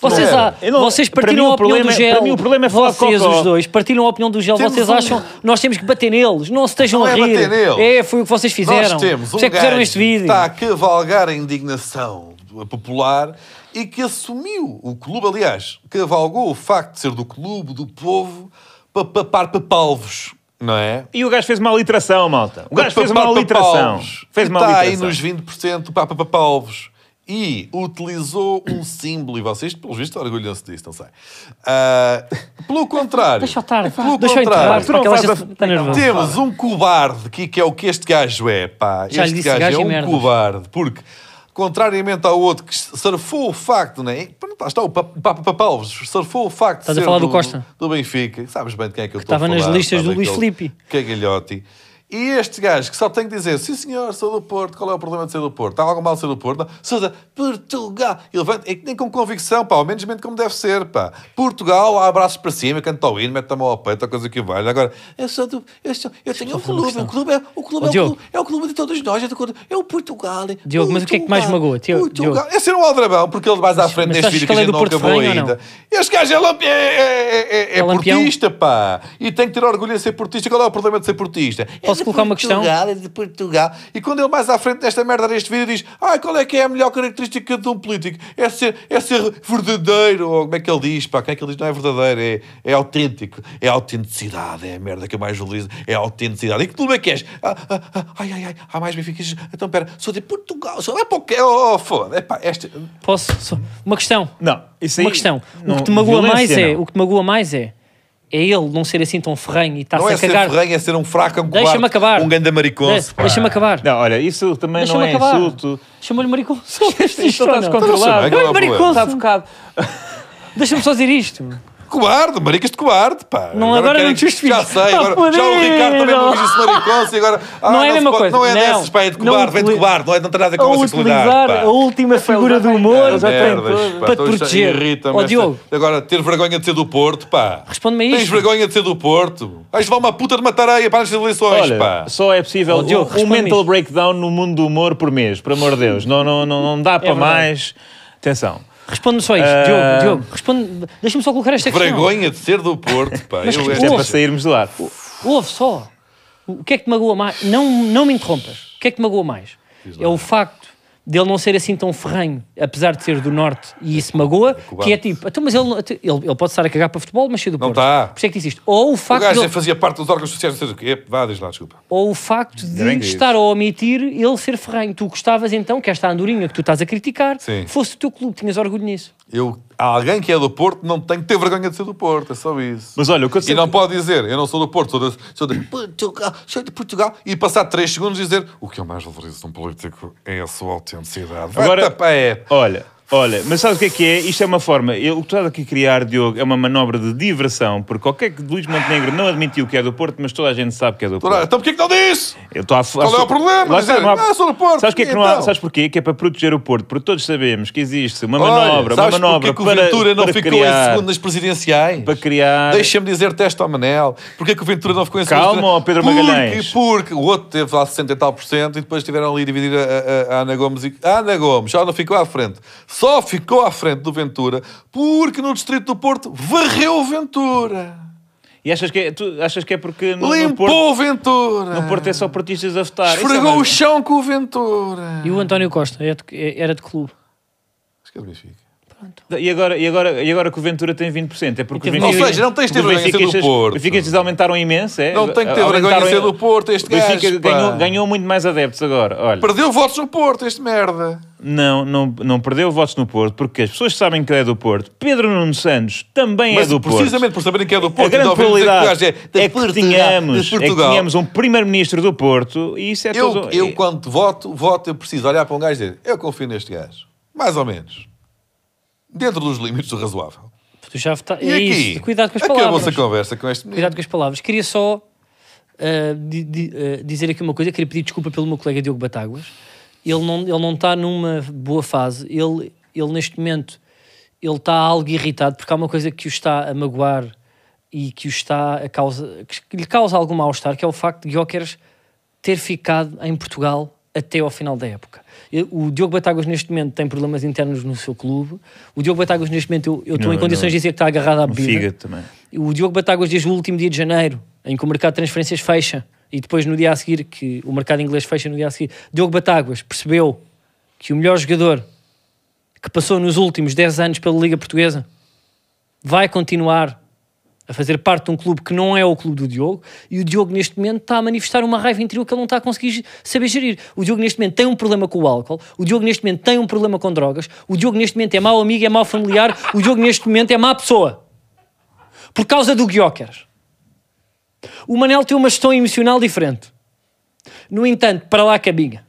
[SPEAKER 4] Vocês,
[SPEAKER 2] Não,
[SPEAKER 4] há-
[SPEAKER 3] eu não-
[SPEAKER 4] vocês
[SPEAKER 3] para
[SPEAKER 4] partilham
[SPEAKER 3] mim o
[SPEAKER 4] a opinião
[SPEAKER 3] problema-
[SPEAKER 4] do gel.
[SPEAKER 3] para mim o problema é falar
[SPEAKER 4] Vocês,
[SPEAKER 3] cocó.
[SPEAKER 4] os dois, partilham a opinião do gel.
[SPEAKER 2] Temos
[SPEAKER 4] vocês
[SPEAKER 2] um-
[SPEAKER 4] acham nós temos que bater neles. Não se estejam
[SPEAKER 2] Não
[SPEAKER 4] a
[SPEAKER 2] é
[SPEAKER 4] rir.
[SPEAKER 2] bater neles.
[SPEAKER 4] É, foi o que vocês fizeram.
[SPEAKER 2] Nós temos um
[SPEAKER 4] Por isso é que fizeram
[SPEAKER 2] gajo
[SPEAKER 4] este vídeo.
[SPEAKER 2] que está a cavalgar a indignação popular e que assumiu o clube, aliás, cavalgou o facto de ser do clube, do povo, para papar para palvos, não é?
[SPEAKER 3] E o gajo fez uma aliteração, malta. O gajo fez uma
[SPEAKER 2] Papapá
[SPEAKER 3] aliteração.
[SPEAKER 2] palvos.
[SPEAKER 3] Fez
[SPEAKER 2] E
[SPEAKER 3] uma
[SPEAKER 2] Está Tá aí
[SPEAKER 3] aliteração.
[SPEAKER 2] nos 20% do Papa Palvos. E utilizou um símbolo, e vocês, pelo visto, orgulham-se disso, não sei. Ah, pelo contrário.
[SPEAKER 4] Deixa eu estar.
[SPEAKER 2] Pelo
[SPEAKER 4] Deixa eu entrar.
[SPEAKER 2] contrário.
[SPEAKER 3] Tu não
[SPEAKER 4] Aquela
[SPEAKER 3] fazes a-
[SPEAKER 4] gente está nervosa.
[SPEAKER 2] Temos um covarde que, que é o que este gajo é, pá.
[SPEAKER 4] Já lhe
[SPEAKER 2] este
[SPEAKER 4] disse
[SPEAKER 2] gajo,
[SPEAKER 4] gajo
[SPEAKER 2] é
[SPEAKER 4] e
[SPEAKER 2] um
[SPEAKER 4] merdas.
[SPEAKER 2] covarde, porque, contrariamente ao outro que surfou o facto, não é? Pronto, lá está o Papa Papa Papalves, surfou o facto
[SPEAKER 4] Estás
[SPEAKER 2] de
[SPEAKER 4] a
[SPEAKER 2] ser
[SPEAKER 4] falar do Costa?
[SPEAKER 2] do Benfica, que sabes bem de quem é que eu estou a
[SPEAKER 4] estava
[SPEAKER 2] falar.
[SPEAKER 4] nas listas
[SPEAKER 2] pá,
[SPEAKER 4] do Luís
[SPEAKER 2] daquele
[SPEAKER 4] Filipe.
[SPEAKER 2] Cagalhote. é E este gajo que só tem que dizer, sim senhor, sou do Porto, qual é o problema de ser do Porto? Está algo mal de ser do Porto? Não. Sou da Portugal. Ele vem, é que nem com convicção, pá, ao menos mente como deve ser, pá. Portugal, lá braços para cima, canta o hino, mete a mão ao peito, a coisa que vale. Agora, eu sou do, eu, sou, eu tenho um
[SPEAKER 4] falando
[SPEAKER 2] clube,
[SPEAKER 4] questão.
[SPEAKER 2] o clube é o clube,
[SPEAKER 4] Ó,
[SPEAKER 2] é o
[SPEAKER 4] Diogo.
[SPEAKER 2] clube, é o clube de todos nós, é, do, é o Portugal. é
[SPEAKER 4] Diogo, mas o que é que mais
[SPEAKER 2] Portugal,
[SPEAKER 4] magoa, Tio-
[SPEAKER 2] Portugal. É ser um aldrabão, porque ele mais à frente
[SPEAKER 4] mas
[SPEAKER 2] neste
[SPEAKER 4] achas
[SPEAKER 2] vídeo
[SPEAKER 4] que
[SPEAKER 2] que a
[SPEAKER 4] ele
[SPEAKER 2] gente
[SPEAKER 4] é do
[SPEAKER 2] não
[SPEAKER 4] Porto
[SPEAKER 2] acabou
[SPEAKER 4] Ferrenho ou não?
[SPEAKER 2] ainda. Este gajo é, lampi- é, é, é, é,
[SPEAKER 4] É lampião?
[SPEAKER 2] portista, pá. E tem que ter orgulho em ser portista. Qual é o problema de ser portista?
[SPEAKER 4] Posso
[SPEAKER 2] de
[SPEAKER 4] colocar uma questão?
[SPEAKER 2] Portugal, é de Portugal. E quando ele mais à frente nesta merda neste vídeo diz ah, qual é que é a melhor característica de um político? É ser, é ser verdadeiro. Ou como é que ele diz, pá? Como é que ele diz? Não é verdadeiro, é, é autêntico. É a autenticidade, é a merda que eu mais valorizo. É a autenticidade. E que clube é que és? Ah, ah, ah, ai, ai, ai, há mais benfiquistas. Então, pera, sou de Portugal. Sou... É para o quê? Oh, foda. É pá, esta...
[SPEAKER 4] Posso? só- Uma questão.
[SPEAKER 3] Não, isso aí.
[SPEAKER 4] Uma questão.
[SPEAKER 3] não,
[SPEAKER 4] o que te magoa
[SPEAKER 3] violência,
[SPEAKER 4] mais é,
[SPEAKER 3] não.
[SPEAKER 4] o que te magoa mais é, é ele não ser assim tão ferrenho e estar-se
[SPEAKER 2] Não é
[SPEAKER 4] a cagar.
[SPEAKER 2] ser ferrenho, é ser um fraco, um
[SPEAKER 4] Deixa-me
[SPEAKER 2] covarde,
[SPEAKER 4] acabar. É.
[SPEAKER 2] um ganda mariconso.
[SPEAKER 4] De- Deixa-me acabar.
[SPEAKER 3] Não, olha, isso também não
[SPEAKER 4] Deixa-me
[SPEAKER 3] é
[SPEAKER 4] acabar.
[SPEAKER 3] insulto.
[SPEAKER 4] Chama-lhe maricão.
[SPEAKER 2] [laughs]
[SPEAKER 4] Só
[SPEAKER 2] é
[SPEAKER 4] este
[SPEAKER 3] Isto não estás
[SPEAKER 4] não.
[SPEAKER 2] Não sei
[SPEAKER 3] controlado.
[SPEAKER 2] bem.
[SPEAKER 4] Olha,
[SPEAKER 2] Qual é o problema?
[SPEAKER 4] maricão.
[SPEAKER 3] Está focado.
[SPEAKER 4] [laughs] Deixa-me só dizer isto.
[SPEAKER 2] Covarde, maricas de covarde, pá.
[SPEAKER 4] Não, agora
[SPEAKER 2] querem-
[SPEAKER 4] não te justifico.
[SPEAKER 2] Já
[SPEAKER 4] [laughs]
[SPEAKER 2] sei,
[SPEAKER 4] Tá
[SPEAKER 2] agora já o Ricardo também não
[SPEAKER 4] fodido.
[SPEAKER 2] disse maricão e agora... ah,
[SPEAKER 4] Não é a
[SPEAKER 2] se
[SPEAKER 4] mesma
[SPEAKER 2] pode-
[SPEAKER 4] coisa.
[SPEAKER 2] Não é
[SPEAKER 4] Não.
[SPEAKER 2] desses, pá, é de
[SPEAKER 4] Não
[SPEAKER 2] covarde, vem de
[SPEAKER 4] utiliza-
[SPEAKER 2] covarde, não, é, não tem nada a ver
[SPEAKER 4] A
[SPEAKER 2] com a
[SPEAKER 4] utilizar
[SPEAKER 2] sexualidade,
[SPEAKER 4] a
[SPEAKER 2] pá.
[SPEAKER 4] última figura do humor
[SPEAKER 2] Ah, merdas, pá,
[SPEAKER 4] para te
[SPEAKER 2] então isto
[SPEAKER 4] proteger.
[SPEAKER 2] irrita-me
[SPEAKER 4] Ó
[SPEAKER 2] esta-
[SPEAKER 4] Diogo,
[SPEAKER 2] Agora, ter vergonha de ser do Porto, pá.
[SPEAKER 4] Responde-me a
[SPEAKER 2] Tens
[SPEAKER 4] isto.
[SPEAKER 2] vergonha de ser do Porto. Vais levar uma puta de uma tareia para as eleições,
[SPEAKER 3] Olha,
[SPEAKER 2] pá.
[SPEAKER 3] só é possível
[SPEAKER 4] Oh, Diogo,
[SPEAKER 3] um, um
[SPEAKER 4] responde-me
[SPEAKER 3] mental
[SPEAKER 4] isto.
[SPEAKER 3] breakdown no mundo do humor por mês, por amor de Deus. Não, não, não, não dá para
[SPEAKER 4] É verdade.
[SPEAKER 3] mais. Atenção.
[SPEAKER 4] responde-me só isto.
[SPEAKER 3] Ah.
[SPEAKER 4] Diogo, Diogo, responde. Deixa-me só colocar esta questão.
[SPEAKER 2] Vergonha de ser do Porto, pá.
[SPEAKER 4] Mas
[SPEAKER 2] Eu
[SPEAKER 4] que
[SPEAKER 2] é-
[SPEAKER 3] Isto é
[SPEAKER 4] Ouça.
[SPEAKER 3] para sairmos de lá.
[SPEAKER 4] Ouve só. O que é que te magoa mais? Não, não me interrompas. O que é que te magoa mais? É o facto dele não ser assim tão ferrenho, apesar de ser do Norte, e isso magoa, que é tipo, então, mas ele, ele, ele pode estar a cagar para futebol, mas ser do
[SPEAKER 2] Não
[SPEAKER 4] Porto.
[SPEAKER 2] tá.
[SPEAKER 4] Por isso é que disse isto. Ou o
[SPEAKER 2] O
[SPEAKER 4] facto,
[SPEAKER 2] gajo é
[SPEAKER 4] dele-
[SPEAKER 2] fazia parte dos órgãos sociais, não sei do quê. Vá, diz lá, desculpa.
[SPEAKER 4] ou o facto de
[SPEAKER 2] é
[SPEAKER 3] bem que
[SPEAKER 4] estar a omitir ele ser ferrenho. Tu gostavas então que esta andorinha que tu estás a criticar
[SPEAKER 2] Sim.
[SPEAKER 4] fosse o teu clube, tinhas orgulho nisso.
[SPEAKER 2] Eu, alguém que é do Porto não tem que ter vergonha de ser do Porto, é só isso.
[SPEAKER 3] Mas olha, o que eu é
[SPEAKER 2] e
[SPEAKER 3] sempre-
[SPEAKER 2] não pode dizer, eu não sou do Porto, sou de, sou de Portugal, sou de Portugal, e passar três segundos dizer o que eu mais valorizo num político é a sua autenticidade. Vai
[SPEAKER 3] Agora-
[SPEAKER 2] tapar, é.
[SPEAKER 3] Olha, olha, mas sabes o que é que é? Isto é uma forma. eu- O que tu estás aqui a criar, Diogo, é uma manobra de diversão, porque o que é que Luís Montenegro não admitiu que é do Porto, mas toda a gente sabe que é do Porto.
[SPEAKER 2] Então porquê que não diz?
[SPEAKER 3] Eu estou a
[SPEAKER 2] Qual é o problema?
[SPEAKER 3] Lá está,
[SPEAKER 2] Dizer,
[SPEAKER 3] não há...
[SPEAKER 2] "Ah, sou do Porto",
[SPEAKER 3] Sabes, que é que não há-
[SPEAKER 2] então?
[SPEAKER 3] sabes porquê? Que é para proteger o Porto, porque todos sabemos que existe uma
[SPEAKER 2] Olha,
[SPEAKER 3] manobra, uma
[SPEAKER 2] sabes
[SPEAKER 3] manobra
[SPEAKER 2] porquê que o
[SPEAKER 3] para,
[SPEAKER 2] Ventura não
[SPEAKER 3] para
[SPEAKER 2] ficou
[SPEAKER 3] criar,
[SPEAKER 2] em segundo nas presidenciais?
[SPEAKER 3] para criar
[SPEAKER 2] Deixa-me dizer teste ao Manel. Porquê que o Ventura não ficou em segundo?
[SPEAKER 3] Calma, ó, Pedro Magalhães.
[SPEAKER 2] Porque, porque o outro teve lá 60 e tal por cento e depois tiveram ali a dividir a, a- a Ana Gomes e... A Ana Gomes já não ficou à frente. Só ficou à frente do Ventura porque no Distrito do Porto varreu o Ventura.
[SPEAKER 3] E achas que é, tu achas que é porque no, no
[SPEAKER 2] Limpou
[SPEAKER 3] Porto,
[SPEAKER 2] o Ventura.
[SPEAKER 3] no Porto é só portistas a votar? Isso é
[SPEAKER 2] Esfregou
[SPEAKER 3] uma-
[SPEAKER 2] o chão com o Ventura.
[SPEAKER 4] E o António Costa é de- é- era de clube.
[SPEAKER 2] Acho que é do Benfica.
[SPEAKER 3] E agora, e, agora, e agora que o Ventura tem 20%? É porque
[SPEAKER 4] E teve
[SPEAKER 3] os Benfica-
[SPEAKER 4] Ou seja,
[SPEAKER 2] não tens de ter
[SPEAKER 3] os
[SPEAKER 2] vergonha de ser do
[SPEAKER 3] benfiquistas-
[SPEAKER 2] Porto.
[SPEAKER 3] benfiquistas aumentaram imenso, é?
[SPEAKER 2] Não tem que ter
[SPEAKER 3] Aumentaram-
[SPEAKER 2] vergonha de ser do Porto, este
[SPEAKER 3] O Benfica
[SPEAKER 2] gajo, pá.
[SPEAKER 3] ganhou, ganhou muito mais adeptos agora. Olha,
[SPEAKER 2] Perdeu votos no Porto, este merda.
[SPEAKER 3] não, não, não perdeu votos no Porto, porque as pessoas sabem que ele é do Porto. Pedro Nuno Santos também é
[SPEAKER 2] Mas
[SPEAKER 3] do Porto.
[SPEAKER 2] precisamente por saberem que é do Porto,
[SPEAKER 3] a
[SPEAKER 2] ainda
[SPEAKER 3] grande
[SPEAKER 2] ouvimos dizer
[SPEAKER 3] probabilidade
[SPEAKER 2] que o gajo é de
[SPEAKER 3] é, que
[SPEAKER 2] Portugal,
[SPEAKER 3] tínhamos,
[SPEAKER 2] de
[SPEAKER 3] é que
[SPEAKER 2] Portugal.
[SPEAKER 3] tínhamos um primeiro-ministro do Porto e isso é
[SPEAKER 2] Eu,
[SPEAKER 3] todo...
[SPEAKER 2] eu, quando voto, voto, eu preciso olhar para um gajo e dizer, eu confio neste gajo. Mais ou menos. Dentro dos limites do razoável.
[SPEAKER 4] Tu já vota...
[SPEAKER 2] E
[SPEAKER 4] é
[SPEAKER 2] aqui,
[SPEAKER 4] isso. Cuidado com as palavras.
[SPEAKER 2] acabou-se a conversa com este menino.
[SPEAKER 4] Cuidado com as palavras. Queria só ah, di- di- ah, dizer aqui uma coisa. Queria pedir desculpa pelo meu colega Diogo Batáguas. Ele não, ele não está numa boa fase. Ele, ele neste momento, ele está algo irritado porque há uma coisa que o está a magoar e que o está a causa, que lhe causa algum mal-estar, que é o facto de Guioqueres ter ficado em Portugal até ao final da época. Eu- O Diogo Batáguas neste momento tem problemas internos no seu clube. O Diogo Batáguas neste momento eu- eu estou
[SPEAKER 3] Não,
[SPEAKER 4] em condições
[SPEAKER 3] não.
[SPEAKER 4] de dizer que está agarrado à
[SPEAKER 3] O
[SPEAKER 4] bebida.
[SPEAKER 2] né?
[SPEAKER 3] Fígado também.
[SPEAKER 4] O Diogo Batáguas diz o último dia de janeiro, em que o mercado de transferências fecha, e depois no dia a seguir, que o mercado inglês fecha no dia a seguir. Diogo Batáguas percebeu que o melhor jogador que passou nos últimos 10 anos pela Liga Portuguesa vai continuar a fazer parte de um clube que não é o clube do Diogo e o Diogo neste momento está a manifestar uma raiva interior que ele não está a conseguir saber gerir. O Diogo neste momento tem um problema com o álcool, o Diogo neste momento tem um problema com drogas, o Diogo neste momento é mau amigo, é mau familiar, o Diogo neste momento é má pessoa. Por causa do Guióqueras. O Manel tem uma gestão emocional diferente. No entanto, para lá cabinha.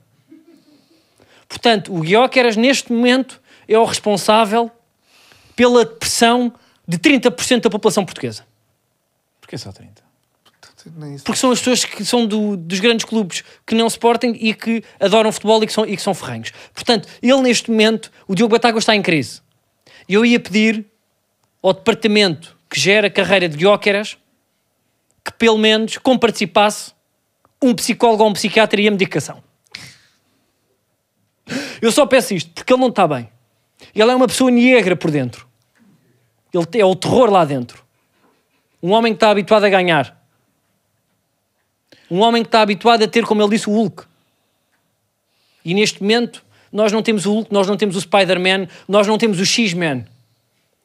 [SPEAKER 4] Portanto, o Guióqueras neste momento é o responsável pela depressão de 30% da população portuguesa.
[SPEAKER 3] Porquê só 30?
[SPEAKER 2] Nem isso.
[SPEAKER 4] Porque são as pessoas que são do- dos grandes clubes que não suportem e que adoram futebol e que são, e que são ferrenhos. Portanto, ele neste momento, o Diogo Batáguas está em crise. E eu ia pedir ao departamento que gera a carreira de Guióqueras que pelo menos comparticipasse um psicólogo ou um psiquiatra e a medicação. Eu só peço isto, porque ele não está bem. Ele é uma pessoa negra por dentro. Ele é o terror lá dentro. Um homem que está habituado a ganhar. Um homem que está habituado a ter, como ele disse, o Hulk. E neste momento, nós não temos o Hulk, nós não temos o Spider-Man, nós não temos o X-Men.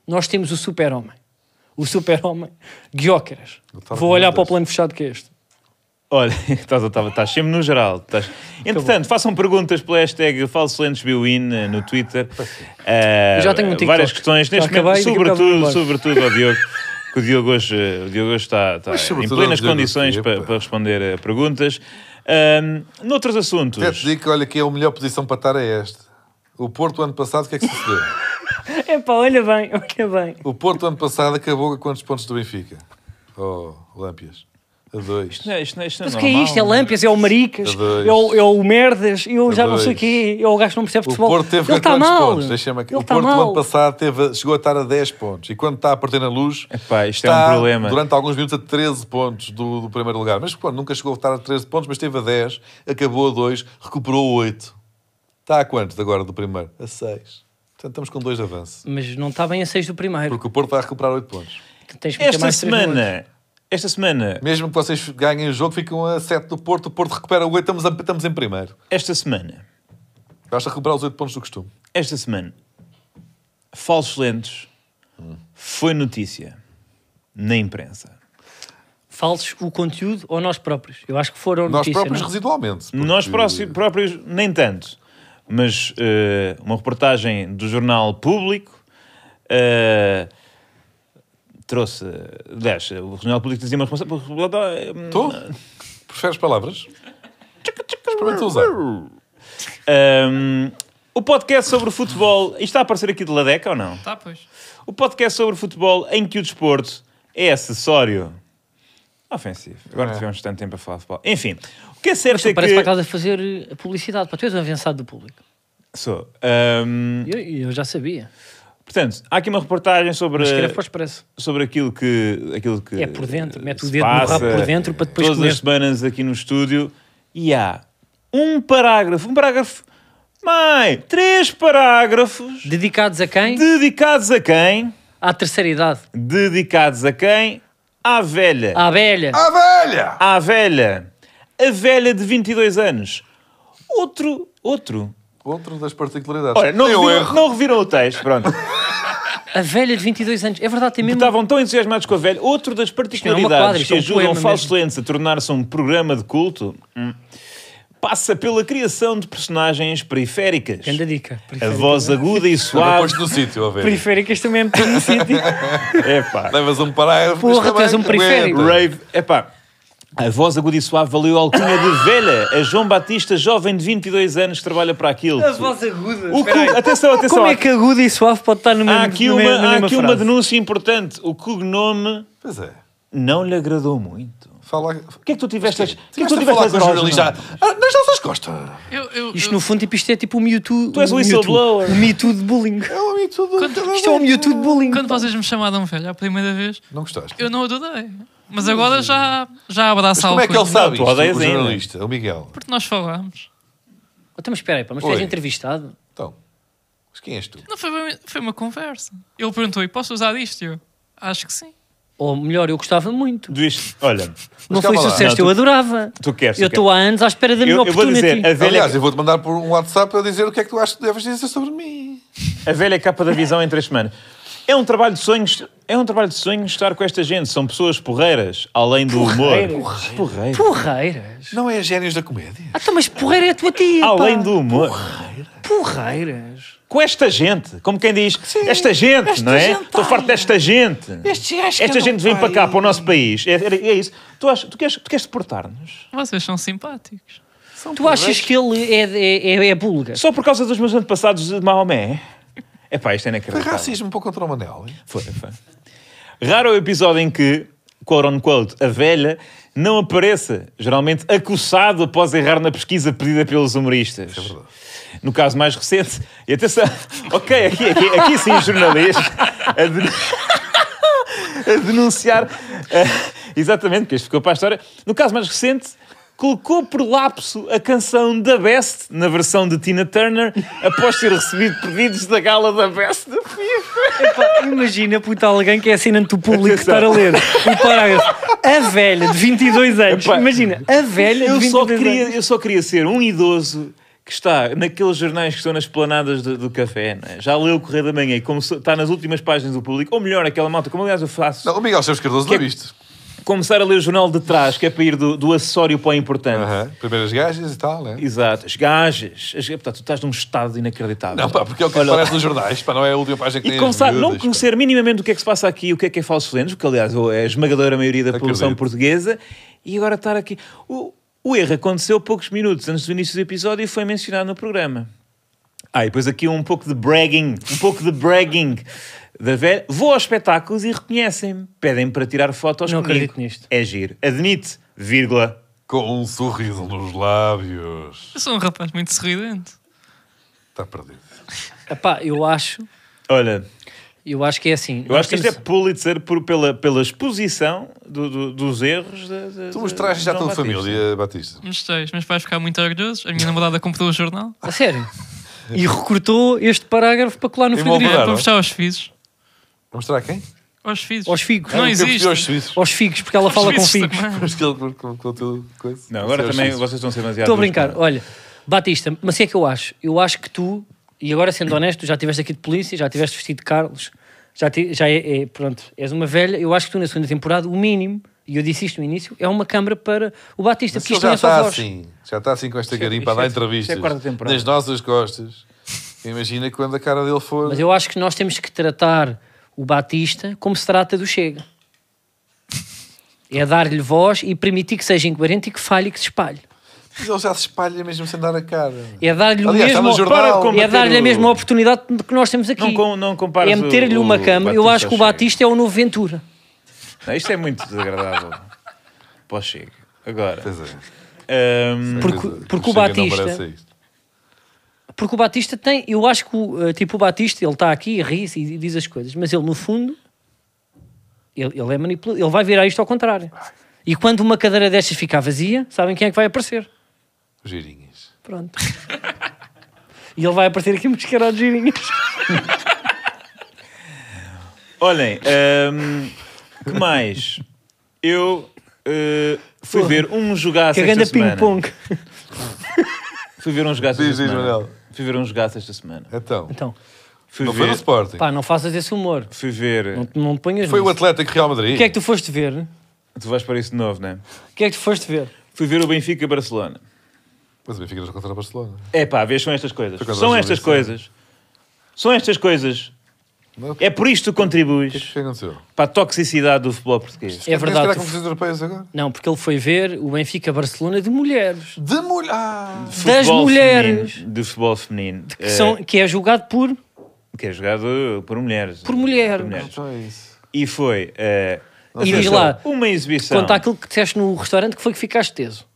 [SPEAKER 4] Nós temos o Super-Homem. O Super-Homem, Guiócaras.
[SPEAKER 2] estava
[SPEAKER 4] Vou
[SPEAKER 2] com
[SPEAKER 4] olhar
[SPEAKER 2] medo
[SPEAKER 4] para o
[SPEAKER 2] desse.
[SPEAKER 4] plano fechado que é este.
[SPEAKER 3] Olha, [laughs] estás, estás, estás sempre no geral. Estás... Entretanto, façam perguntas pela hashtag FalsoLentesBuin eh, no Twitter. Eh,
[SPEAKER 4] Eu já tenho um TikTok.
[SPEAKER 3] Várias questões.
[SPEAKER 4] Já
[SPEAKER 3] Neste momento,
[SPEAKER 4] acabei e daqui a bocado vou
[SPEAKER 3] sobretudo, sobretudo
[SPEAKER 4] embora.
[SPEAKER 3] ao
[SPEAKER 4] [laughs]
[SPEAKER 3] Diogo. Que o Diogo hoje, eh, o Diogo hoje está, está
[SPEAKER 2] Mas,
[SPEAKER 3] em
[SPEAKER 2] sobretudo,
[SPEAKER 3] plenas
[SPEAKER 2] ao Diogo
[SPEAKER 3] condições
[SPEAKER 2] Filipe.
[SPEAKER 3] para, para responder a perguntas. Ahm, noutros
[SPEAKER 2] Até te
[SPEAKER 3] assuntos,
[SPEAKER 2] digo que, olha, que é a melhor posição para estar é esta. O Porto, ano passado, o que é que sucedeu?
[SPEAKER 4] Epá, olha bem, [laughs] olha bem.
[SPEAKER 2] o Porto, ano passado, acabou a quantos pontos do Benfica? Oh, Lâmpias. A dois.
[SPEAKER 3] Isto não é- isto não é- isto não
[SPEAKER 4] Mas o que é isto? É
[SPEAKER 3] normal.
[SPEAKER 4] Lampias, é o Maricas,
[SPEAKER 2] A dois.
[SPEAKER 4] é o, é o Merdas, eu já não sei o
[SPEAKER 2] dois.
[SPEAKER 4] quê, é o gajo que não percebe de
[SPEAKER 2] O
[SPEAKER 4] futebol.
[SPEAKER 2] Porto teve
[SPEAKER 4] Ele está
[SPEAKER 2] quantos
[SPEAKER 4] mal.
[SPEAKER 2] pontos? Deixa-me aqui.
[SPEAKER 4] Ele
[SPEAKER 2] O
[SPEAKER 4] está
[SPEAKER 2] Porto, no
[SPEAKER 4] mal.
[SPEAKER 2] ano passado, teve, chegou a estar a 10 pontos. E quando está a perder na luz,
[SPEAKER 3] Epá, isto é
[SPEAKER 2] está
[SPEAKER 3] um problema.
[SPEAKER 2] durante alguns minutos a 13 pontos do, do primeiro lugar. Mas pronto, nunca chegou a estar a 13 pontos, mas teve a 10, acabou a 2, recuperou 8. Está a quantos agora do primeiro? A 6. Portanto, estamos com dois de avanço.
[SPEAKER 4] Mas não está bem a 6 do primeiro.
[SPEAKER 2] Porque o Porto vai recuperar 8 pontos.
[SPEAKER 4] que Tens que meter
[SPEAKER 3] Esta
[SPEAKER 4] mais três no outro.
[SPEAKER 3] semana, esta semana,
[SPEAKER 2] Mesmo que vocês ganhem o jogo, ficam a 7 do Porto, o Porto recupera 8, estamos, a- estamos em primeiro.
[SPEAKER 3] esta semana,
[SPEAKER 2] Basta recuperar os 8 pontos do costume.
[SPEAKER 3] esta semana, Falsos Lentos
[SPEAKER 2] Hum.
[SPEAKER 3] foi notícia na imprensa.
[SPEAKER 4] Falsos o conteúdo ou nós próprios? Eu acho que foram
[SPEAKER 2] Nós
[SPEAKER 4] É notícia,
[SPEAKER 2] próprios,
[SPEAKER 4] não?
[SPEAKER 2] residualmente. porque-
[SPEAKER 3] Nós próxi- próprios, nem tanto. Mas eh, uma reportagem do jornal Público eh, trouxe. Aliás, o Jornal Político dizia uma responsabilidade.
[SPEAKER 2] Tu? Preferes palavras? Experimenta usar.
[SPEAKER 3] Ahm, eh, o podcast sobre o futebol. Isto está a aparecer aqui de Ladeca ou não?
[SPEAKER 1] Tá, pois.
[SPEAKER 3] O podcast sobre futebol em que o desporto é acessório. Ofensivo. Agora
[SPEAKER 2] É.
[SPEAKER 3] tivemos tanto tempo a falar de futebol. Enfim, o que é certo é
[SPEAKER 4] Parece
[SPEAKER 3] que.
[SPEAKER 4] para casa fazer eh, publicidade. Para tu és um avançado do público.
[SPEAKER 3] Sou. Ahm,
[SPEAKER 4] E Eu, e eu já sabia.
[SPEAKER 3] portanto, há aqui uma reportagem sobre,
[SPEAKER 4] Escreve para o Expresso.
[SPEAKER 3] sobre aquilo que. Aquilo que
[SPEAKER 4] é por dentro. Mete o
[SPEAKER 3] se
[SPEAKER 4] dedo no
[SPEAKER 3] passa
[SPEAKER 4] rabo por dentro para depois
[SPEAKER 3] Todas
[SPEAKER 4] comer.
[SPEAKER 3] as semanas aqui no estúdio. E há um parágrafo. Um parágrafo. Mãe, três parágrafos
[SPEAKER 4] Dedicados a quem?
[SPEAKER 3] dedicados a quem?
[SPEAKER 4] À terceira idade.
[SPEAKER 3] Dedicados a quem? À velha.
[SPEAKER 4] À velha.
[SPEAKER 2] Ah, velha!
[SPEAKER 3] À velha. A velha de 22 anos. Outro, outro.
[SPEAKER 2] Outro um das particularidades.
[SPEAKER 3] Olha, não,
[SPEAKER 2] Tem um
[SPEAKER 3] reviram,
[SPEAKER 2] erro.
[SPEAKER 3] não reviram o texto, pronto.
[SPEAKER 2] Ah!
[SPEAKER 4] A velha de 22 anos. É verdade, tem mesmo...
[SPEAKER 3] Estavam tão entusiasmados com a velha. Outro das particularidades
[SPEAKER 4] Isto não é uma quadra, isto
[SPEAKER 3] que
[SPEAKER 4] é um
[SPEAKER 3] ajudam
[SPEAKER 4] poema
[SPEAKER 3] Falso Lentes a tornar-se um programa de culto hum, passa pela criação de personagens periféricas.
[SPEAKER 4] Grande dica.
[SPEAKER 3] A voz aguda e
[SPEAKER 2] Não
[SPEAKER 3] suave.
[SPEAKER 2] pôs no sítio, a ver.
[SPEAKER 4] Periféricas também é muito no sítio.
[SPEAKER 3] Epá.
[SPEAKER 2] Levas um parágrafo.
[SPEAKER 4] Porra,
[SPEAKER 2] mas também
[SPEAKER 4] tens um periférico.
[SPEAKER 2] aguenta.
[SPEAKER 3] Rave. Epá, a voz aguda e suave valeu a alcunha de velha a João Batista, jovem de 22 anos que trabalha para aquilo.
[SPEAKER 4] A voz aguda.
[SPEAKER 3] O
[SPEAKER 4] Espera aí.
[SPEAKER 3] cu- Atenção, atenção.
[SPEAKER 4] Como é que aguda e suave pode estar no mesmo
[SPEAKER 3] Há aqui,
[SPEAKER 4] no
[SPEAKER 3] uma,
[SPEAKER 4] mesmo- na
[SPEAKER 3] há
[SPEAKER 4] mesma
[SPEAKER 3] aqui uma
[SPEAKER 4] frase?
[SPEAKER 3] denúncia importante. O cognome
[SPEAKER 2] Pois é.
[SPEAKER 3] não lhe agradou muito.
[SPEAKER 2] Fala.
[SPEAKER 3] O que é que tu tiveste a, o que é que
[SPEAKER 2] Estiveste
[SPEAKER 3] tu
[SPEAKER 2] a
[SPEAKER 3] tiveste a
[SPEAKER 2] falar com
[SPEAKER 3] dizer
[SPEAKER 2] o
[SPEAKER 3] aos
[SPEAKER 2] jornalista
[SPEAKER 3] jornalistas?
[SPEAKER 2] ah, nas nossas costas.
[SPEAKER 1] Eu, eu,
[SPEAKER 4] Isto
[SPEAKER 1] eu-
[SPEAKER 4] no fundo tipo, isto é tipo o Mewtwo.
[SPEAKER 3] Tu és
[SPEAKER 4] o
[SPEAKER 3] o
[SPEAKER 4] Mewtwo.
[SPEAKER 3] whistleblower.
[SPEAKER 4] O Mewtwo de bullying.
[SPEAKER 2] Não, e tudo-
[SPEAKER 4] Isto é um Mewtwo de bullying.
[SPEAKER 1] Quando vocês me chamaram velho a primeira vez,
[SPEAKER 2] Não gostaste?
[SPEAKER 1] eu não adorei.
[SPEAKER 4] Hum.
[SPEAKER 1] Mas agora já, já abraço
[SPEAKER 2] Mas como é que ele
[SPEAKER 1] alcunha.
[SPEAKER 2] sabe
[SPEAKER 3] tu
[SPEAKER 2] isto,
[SPEAKER 3] odeias
[SPEAKER 2] o
[SPEAKER 3] ainda.
[SPEAKER 2] jornalista, o Miguel?
[SPEAKER 1] Porque nós falámos.
[SPEAKER 4] Então, mas espera aí, pá, mas tu és
[SPEAKER 2] Oi.
[SPEAKER 4] entrevistado.
[SPEAKER 2] Então, mas quem és tu?
[SPEAKER 1] Não foi, bem- foi uma conversa. Ele perguntou: e posso usar isto? E Eu, acho que sim.
[SPEAKER 4] Ou melhor, eu gostava muito.
[SPEAKER 3] Tu dizes, olha,
[SPEAKER 4] não
[SPEAKER 2] calma
[SPEAKER 4] foi
[SPEAKER 2] lá.
[SPEAKER 4] sucesso,
[SPEAKER 3] Não, tu-
[SPEAKER 4] eu adorava.
[SPEAKER 3] tu queres,
[SPEAKER 4] Eu
[SPEAKER 3] tu queres.
[SPEAKER 4] estou há anos à espera da minha
[SPEAKER 3] eu, eu vou
[SPEAKER 4] oportunidade.
[SPEAKER 3] dizer, a velha,
[SPEAKER 2] Aliás, eu vou-te mandar por um WhatsApp a dizer o que é que tu achas que deves dizer sobre mim.
[SPEAKER 3] a velha capa da visão em três semanas. É um trabalho de sonhos, é um trabalho de sonhos estar com esta gente. São pessoas porreiras, além do humor. Porreiras.
[SPEAKER 4] Porreiras.
[SPEAKER 2] Não é Gênios da Comédia?
[SPEAKER 4] Ah, então, mas porreira é a tua tia.
[SPEAKER 3] Além
[SPEAKER 4] pá.
[SPEAKER 3] do humor.
[SPEAKER 4] Porreiras.
[SPEAKER 3] Com esta gente, como quem diz, esta gente, não é? Estou farto desta gente. Esta gente vem para cá, para o nosso país. É, é- é isso. Tu, achas, tu queres, tu queres deportar-nos?
[SPEAKER 1] Vocês são simpáticos.
[SPEAKER 4] Tu achas que ele é, é, é, é búlgaro?
[SPEAKER 3] Só por causa dos meus antepassados de Maomé? É pá, isto é
[SPEAKER 2] Foi
[SPEAKER 3] inacreditável.
[SPEAKER 2] racismo para contra o Manel. hein?
[SPEAKER 3] Foi, foi. Raro é o episódio em que, quote unquote, a velha não apareça, geralmente acossado após errar na pesquisa pedida pelos humoristas. No caso mais recente, e atenção, [laughs] ok, aqui, aqui, aqui sim, jornalista, a, denu- [laughs] a denunciar, eh, exatamente, porque isto ficou para a história. No caso mais recente, colocou por lapso a canção da Best, na versão de Tina Turner, após ter recebido pedidos da gala da Best da FIFA.
[SPEAKER 4] Epá, imagina, puta, alguém que é assinante do público
[SPEAKER 3] Atenção.
[SPEAKER 4] estar a ler o parágrafo. A velha de 22 anos.
[SPEAKER 3] Epá,
[SPEAKER 4] imagina, a velha
[SPEAKER 3] eu
[SPEAKER 4] de 22
[SPEAKER 3] só queria,
[SPEAKER 4] anos.
[SPEAKER 3] Eu só queria ser um idoso que está naqueles jornais que estão nas planadas do, do café, não é? já leu o Correio da Manhã e como se- está nas últimas páginas do público, ou melhor, aquela malta, como aliás eu faço,
[SPEAKER 2] Não, o Miguel Chaves Cardoso
[SPEAKER 3] Que- é
[SPEAKER 2] não é viste.
[SPEAKER 3] começar a ler o jornal de trás, que é para ir do, do acessório para o importante.
[SPEAKER 2] Aham, Primeiras gajas e tal, né?
[SPEAKER 3] Exato, as gajas, as, portanto, tu estás num estado inacreditável.
[SPEAKER 2] Não, pá, porque é o que
[SPEAKER 3] Olha,
[SPEAKER 2] aparece nos jornais, pá, não é a última página que
[SPEAKER 3] E
[SPEAKER 2] tem
[SPEAKER 3] começar a
[SPEAKER 2] as
[SPEAKER 3] não
[SPEAKER 2] miúdas,
[SPEAKER 3] conhecer minimamente o que é que se passa aqui, o que é que é falso lentes, porque aliás é a esmagadora maioria da população
[SPEAKER 2] Acredito.
[SPEAKER 3] portuguesa, e agora estar aqui. O, o erro aconteceu poucos minutos antes do início do episódio e foi mencionado no programa. Ah, e depois aqui um pouco de bragging, um pouco de bragging da velha. Vou aos espetáculos e reconhecem-me. Pedem-me para tirar fotos
[SPEAKER 4] Não
[SPEAKER 3] comigo.
[SPEAKER 4] acredito nisto.
[SPEAKER 3] É giro. Admite, vírgula.
[SPEAKER 2] Com um sorriso nos lábios.
[SPEAKER 1] Eu sou um rapaz muito sorridente.
[SPEAKER 2] Está perdido.
[SPEAKER 4] Epá, eu acho,
[SPEAKER 3] Olha,
[SPEAKER 4] eu acho que é assim.
[SPEAKER 3] eu acho que isto é
[SPEAKER 4] Nós temos-
[SPEAKER 3] Pulitzer por, pela, pela exposição do- do- dos erros. da- da-
[SPEAKER 2] Tu
[SPEAKER 3] da-
[SPEAKER 2] mostraste já a
[SPEAKER 3] de
[SPEAKER 2] tua
[SPEAKER 3] João Batista.
[SPEAKER 2] família, Batista.
[SPEAKER 1] Mostrei, os meus pais ficaram muito orgulhosos. A minha namorada comprou o jornal.
[SPEAKER 4] A sério. E recortou este parágrafo para colar no
[SPEAKER 2] E
[SPEAKER 1] É, para
[SPEAKER 2] Claro.
[SPEAKER 4] frigorífico.
[SPEAKER 2] voltar.
[SPEAKER 1] mostrar aos filhos.
[SPEAKER 2] Vou mostrar a quem?
[SPEAKER 1] Aos filhos.
[SPEAKER 4] Aos figos.
[SPEAKER 1] Não
[SPEAKER 2] Ah, eu percebi
[SPEAKER 1] existe.
[SPEAKER 2] Aos suíços.
[SPEAKER 4] Aos figos, porque ela
[SPEAKER 1] Aos
[SPEAKER 4] fala com
[SPEAKER 1] suíços
[SPEAKER 4] figos.
[SPEAKER 1] também.
[SPEAKER 2] Mas que ele com- com- com a tua coisa.
[SPEAKER 3] Não,
[SPEAKER 2] Você
[SPEAKER 3] agora
[SPEAKER 2] é aos
[SPEAKER 3] também
[SPEAKER 2] suíços.
[SPEAKER 3] vocês estão a ser demasiado.
[SPEAKER 4] Estou a
[SPEAKER 3] duros,
[SPEAKER 4] brincar.
[SPEAKER 3] pá.
[SPEAKER 4] Olha, Batista, mas o que é que eu acho? Eu acho que tu, e agora sendo honesto, já estiveste aqui de polícia, já estiveste vestido de Carlos, já, ti- já é, é- pronto, és uma velha. Eu acho que tu na segunda temporada, o mínimo, e eu disse isto no início, é uma câmara para o Batista,
[SPEAKER 2] Mas
[SPEAKER 4] porque
[SPEAKER 2] ele
[SPEAKER 4] isto não
[SPEAKER 2] já
[SPEAKER 4] é só
[SPEAKER 2] está
[SPEAKER 4] voz.
[SPEAKER 2] assim. Já está assim com esta
[SPEAKER 3] Isto é-
[SPEAKER 2] garimpa a
[SPEAKER 3] isto é-
[SPEAKER 2] dar
[SPEAKER 3] isto é a quarta
[SPEAKER 2] entrevistas.
[SPEAKER 3] temporada.
[SPEAKER 2] Nas nossas costas. Imagina quando a cara dele for.
[SPEAKER 4] Mas eu acho que nós temos que tratar o Batista como se trata do Chega. É dar-lhe voz e permitir que seja incoerente e que falhe e que se espalhe.
[SPEAKER 2] Mas ele já se espalha mesmo sem dar a cara.
[SPEAKER 4] É dar-lhe o
[SPEAKER 2] Aliás, está
[SPEAKER 4] mesmo...
[SPEAKER 2] no jornal.
[SPEAKER 3] para com-
[SPEAKER 4] É dar-lhe a
[SPEAKER 3] o-
[SPEAKER 4] mesma oportunidade que nós temos aqui.
[SPEAKER 3] Não com- não compares
[SPEAKER 4] é meter-lhe
[SPEAKER 3] o-
[SPEAKER 4] uma
[SPEAKER 3] o
[SPEAKER 4] cama. Eu
[SPEAKER 3] Batista
[SPEAKER 4] acho que o
[SPEAKER 3] ao Chega.
[SPEAKER 4] Batista é o novo Ventura.
[SPEAKER 3] Não, isto é muito desagradável [laughs] para o Chega. Agora,
[SPEAKER 2] Pois é.
[SPEAKER 3] hum,
[SPEAKER 4] Porque-
[SPEAKER 2] Mas,
[SPEAKER 4] porque o
[SPEAKER 2] Chega não
[SPEAKER 4] Batista-
[SPEAKER 2] merece isto.
[SPEAKER 4] Porque o Batista tem, eu acho que o, eh, tipo, o Batista ele está aqui e ri-se e diz as coisas, mas ele no fundo ele, ele é manipulado, ele vai virar isto ao contrário. E quando uma cadeira destas ficar vazia, sabem quem é que vai aparecer?
[SPEAKER 2] Girinhas.
[SPEAKER 4] Pronto. [laughs] e ele vai aparecer aqui mascarado de girinhas.
[SPEAKER 3] olhem, hum, que mais? Eu eh, fui ver um jogaço esta
[SPEAKER 4] Cagando a
[SPEAKER 3] semana.
[SPEAKER 4] é ping-pong.
[SPEAKER 3] Fui ver um jogaço
[SPEAKER 2] Diz,
[SPEAKER 3] esta
[SPEAKER 2] diz,
[SPEAKER 3] semana.
[SPEAKER 2] Manuel.
[SPEAKER 3] Fui ver um jogaço esta semana.
[SPEAKER 2] Então,
[SPEAKER 4] Então,
[SPEAKER 3] Fui
[SPEAKER 2] não foi no
[SPEAKER 3] ver...
[SPEAKER 2] Sporting.
[SPEAKER 4] pá, não faças esse humor.
[SPEAKER 3] Fui ver...
[SPEAKER 4] Não, não te ponhas
[SPEAKER 2] Foi o
[SPEAKER 4] nisso.
[SPEAKER 2] Atlético Real Madrid.
[SPEAKER 4] O que é que tu foste ver?
[SPEAKER 3] Tu vais para isso de novo, não é?
[SPEAKER 4] O que é que tu foste ver?
[SPEAKER 3] Fui ver o Benfica e Barcelona.
[SPEAKER 2] Mas o Benfica nos contra o Barcelona.
[SPEAKER 3] É pá, vês, são estas coisas.
[SPEAKER 2] Por acaso
[SPEAKER 3] São
[SPEAKER 2] hoje
[SPEAKER 3] estas
[SPEAKER 2] ouvi isso.
[SPEAKER 3] coisas. São estas coisas.
[SPEAKER 2] Não, O que
[SPEAKER 3] É por isto que tu
[SPEAKER 2] é que
[SPEAKER 3] contribuis
[SPEAKER 2] aconteceu?
[SPEAKER 3] para a toxicidade do futebol português.
[SPEAKER 4] É
[SPEAKER 2] Tem que esperar
[SPEAKER 4] verdade. tu-
[SPEAKER 2] competições europeias agora?
[SPEAKER 4] Não, porque ele foi ver o Benfica Barcelona de mulheres.
[SPEAKER 2] De mulher. Ah,
[SPEAKER 4] das
[SPEAKER 3] Futebol
[SPEAKER 4] mulheres.
[SPEAKER 3] feminino, do futebol feminino.
[SPEAKER 4] Que, são, que é julgado por
[SPEAKER 3] que é jogado por mulheres.
[SPEAKER 4] Por mulher.
[SPEAKER 2] então é isso.
[SPEAKER 3] E foi. eh,
[SPEAKER 4] E
[SPEAKER 3] seja,
[SPEAKER 4] diz lá,
[SPEAKER 3] Uma exibição.
[SPEAKER 4] Quanto àquilo que disseste no restaurante, que foi que ficaste teso.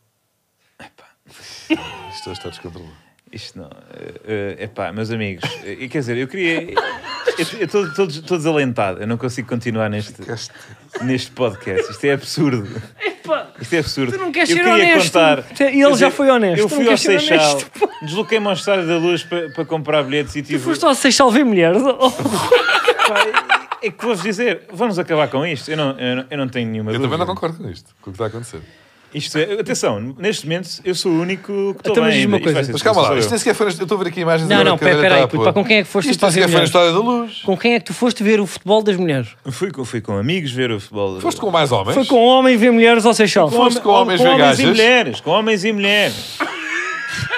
[SPEAKER 2] Isto hoje está descontrolado.
[SPEAKER 3] Isto não. eh, eh, epá, meus amigos. eh, quer dizer, eu queria. Eu estou desalentado. Eu não consigo continuar neste, neste podcast. Isto é absurdo. Isto é absurdo.
[SPEAKER 4] Tu não queres
[SPEAKER 3] eu
[SPEAKER 4] ser
[SPEAKER 3] queria
[SPEAKER 4] honesto.
[SPEAKER 3] contar.
[SPEAKER 4] Tu- ele
[SPEAKER 3] Quer
[SPEAKER 4] já foi honesto.
[SPEAKER 3] Eu
[SPEAKER 4] Tu
[SPEAKER 3] fui
[SPEAKER 4] não
[SPEAKER 3] ao
[SPEAKER 4] queres ser
[SPEAKER 3] Seixal,
[SPEAKER 4] honesto.
[SPEAKER 3] desloquei-me ao Estádio da Luz para, para comprar bilhetes e tive.
[SPEAKER 4] Foste ao Seixal ver mulheres. [laughs] Oh,
[SPEAKER 3] Pá, É que vou-vos dizer, vamos acabar com isto. Eu não, eu não, eu não tenho nenhuma
[SPEAKER 2] Eu
[SPEAKER 3] dúvida.
[SPEAKER 2] também não concordo com isto, com o que está a acontecer.
[SPEAKER 3] Isto é, atenção, neste momento eu sou o único que estou
[SPEAKER 4] Então, mas
[SPEAKER 3] bem.
[SPEAKER 4] diz-me uma
[SPEAKER 3] ainda. Isto vai
[SPEAKER 4] coisa.
[SPEAKER 3] ser
[SPEAKER 2] Mas calma lá,
[SPEAKER 3] difícil,
[SPEAKER 2] isto nem sequer foi. nas- Eu estou a ver aqui imagens
[SPEAKER 4] Não,
[SPEAKER 2] agora
[SPEAKER 4] não,
[SPEAKER 2] que a Vera
[SPEAKER 4] pera-
[SPEAKER 2] está
[SPEAKER 4] pera aí,
[SPEAKER 2] a
[SPEAKER 4] puto,
[SPEAKER 2] pôr.
[SPEAKER 4] pá, com quem é que foste
[SPEAKER 2] Isto
[SPEAKER 4] para
[SPEAKER 2] nem sequer foi
[SPEAKER 4] ver
[SPEAKER 2] na
[SPEAKER 4] mulheres?
[SPEAKER 2] História da Luz.
[SPEAKER 4] com quem é que tu foste ver o futebol das mulheres?
[SPEAKER 3] eu. Fui, com- fui com amigos ver o futebol.
[SPEAKER 2] é- Foste com mais homens?
[SPEAKER 4] Foi com um homem ver mulheres ao Seixal.
[SPEAKER 2] Com- foste homens é
[SPEAKER 3] com um
[SPEAKER 2] ver
[SPEAKER 3] homens e
[SPEAKER 2] gajas?
[SPEAKER 3] mulheres. Com homens e mulheres. [laughs]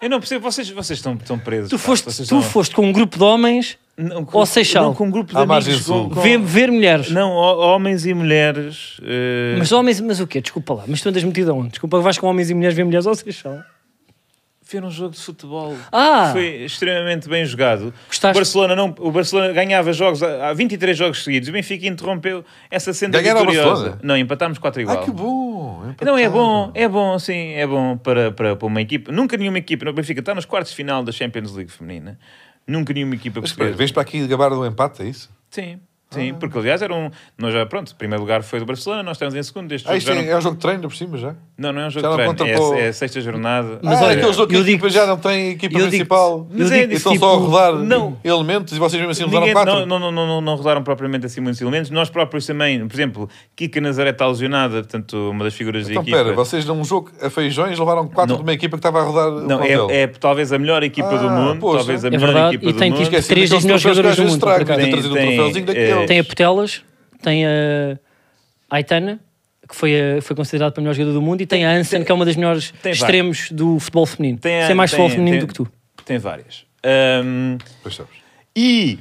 [SPEAKER 3] Eu não percebo, vocês, vocês estão, estão presos.
[SPEAKER 4] Tu
[SPEAKER 3] pá,
[SPEAKER 4] foste,
[SPEAKER 3] vocês
[SPEAKER 4] tu
[SPEAKER 3] estão-
[SPEAKER 4] foste com um grupo de homens
[SPEAKER 3] Não,
[SPEAKER 4] ao Seixal.
[SPEAKER 3] Não, com um grupo de
[SPEAKER 2] À margem
[SPEAKER 3] amigos.
[SPEAKER 2] sul.
[SPEAKER 3] Com, com-
[SPEAKER 4] ver, ver mulheres.
[SPEAKER 3] Não, ho- homens e mulheres. eh,
[SPEAKER 4] Mas homens, mas o quê? Desculpa lá, mas tu andas metido aonde? Desculpa, vais com homens e mulheres ver mulheres ao Seixal.
[SPEAKER 3] Ver um jogo de futebol.
[SPEAKER 4] Ah!
[SPEAKER 3] Foi extremamente bem jogado.
[SPEAKER 4] Gostaste?
[SPEAKER 3] O Barcelona, não, o Barcelona ganhava jogos há há 23 jogos seguidos. O Benfica interrompeu essa senda
[SPEAKER 2] Ganharam ao
[SPEAKER 3] vitoriosa.
[SPEAKER 2] Barcelona?
[SPEAKER 3] Não, empatámos 4 igual.
[SPEAKER 2] Ah, que bom!
[SPEAKER 3] Não, é
[SPEAKER 2] empataram.
[SPEAKER 3] bom, é bom, sim, é bom para, para, para uma equipa. Nunca nenhuma equipa, no Benfica está nos quartos de final da Champions League feminina. Nunca nenhuma equipa
[SPEAKER 2] Mas espera,
[SPEAKER 3] portuguesa.
[SPEAKER 2] vens para aqui gabar do empate, é isso?
[SPEAKER 3] Sim, sim, porque aliás era um. Nós já, pronto, o primeiro lugar foi do Barcelona, nós estamos em segundo. Este
[SPEAKER 2] Ah,
[SPEAKER 3] jogo
[SPEAKER 2] isto
[SPEAKER 3] já
[SPEAKER 2] é,
[SPEAKER 3] não,
[SPEAKER 2] é um jogo de treino por cima já?
[SPEAKER 3] não, não é um
[SPEAKER 2] já
[SPEAKER 3] jogo de
[SPEAKER 2] não
[SPEAKER 3] treino,
[SPEAKER 2] conta
[SPEAKER 3] é,
[SPEAKER 2] para o-
[SPEAKER 3] é a sexta jornada.
[SPEAKER 4] Mas
[SPEAKER 2] ah,
[SPEAKER 4] olha,
[SPEAKER 2] é aquele jogo que a
[SPEAKER 4] eu
[SPEAKER 2] equipa
[SPEAKER 4] digo-
[SPEAKER 2] já não tem equipa
[SPEAKER 4] eu digo-
[SPEAKER 2] principal.
[SPEAKER 3] Mas
[SPEAKER 2] e
[SPEAKER 3] é
[SPEAKER 2] estão
[SPEAKER 3] tipo-
[SPEAKER 2] só a rodar
[SPEAKER 3] não.
[SPEAKER 2] elementos e vocês mesmo assim rodaram
[SPEAKER 3] Ninguém-
[SPEAKER 2] quatro.
[SPEAKER 3] não, não, não, não, não rodaram propriamente assim muitos elementos. Nós próprios também, por exemplo, Kika Nazaré está lesionada, portanto, uma das figuras
[SPEAKER 2] Então,
[SPEAKER 3] da equipa.
[SPEAKER 2] pera, vocês num jogo a feijões levaram quatro
[SPEAKER 3] Não.
[SPEAKER 2] de uma equipa que estava a rodar o
[SPEAKER 3] Não,
[SPEAKER 2] plantel.
[SPEAKER 3] é, é talvez a melhor equipa
[SPEAKER 2] Ah,
[SPEAKER 3] do mundo.
[SPEAKER 2] poxa.
[SPEAKER 3] Talvez a
[SPEAKER 2] É
[SPEAKER 3] melhor
[SPEAKER 4] verdade,
[SPEAKER 3] equipa
[SPEAKER 4] e
[SPEAKER 3] do
[SPEAKER 4] tem que
[SPEAKER 3] mundo.
[SPEAKER 4] esquecer-
[SPEAKER 2] Esqueci
[SPEAKER 4] Três
[SPEAKER 2] daqueles
[SPEAKER 4] dos melhores
[SPEAKER 2] troféus que
[SPEAKER 4] jogadores
[SPEAKER 2] às
[SPEAKER 4] do
[SPEAKER 2] vezes
[SPEAKER 4] mundo, por
[SPEAKER 2] tragam.
[SPEAKER 4] acaso.
[SPEAKER 2] Tem
[SPEAKER 3] Tem-
[SPEAKER 2] trazido um
[SPEAKER 3] tem,
[SPEAKER 2] troféuzinho
[SPEAKER 3] eh,
[SPEAKER 2] daqueles.
[SPEAKER 4] Tem a Putelas, tem a Aitana, que foi, a- foi considerada para a melhor jogadora do mundo, e tem a Ansen, que é uma das melhores
[SPEAKER 3] tem várias.
[SPEAKER 4] extremos do futebol feminino.
[SPEAKER 3] Tem a-
[SPEAKER 4] Sei mais
[SPEAKER 3] tem-
[SPEAKER 4] futebol feminino
[SPEAKER 3] tem-
[SPEAKER 4] do que tu.
[SPEAKER 3] Tem várias. Ahm,
[SPEAKER 2] Pois sabes,
[SPEAKER 3] e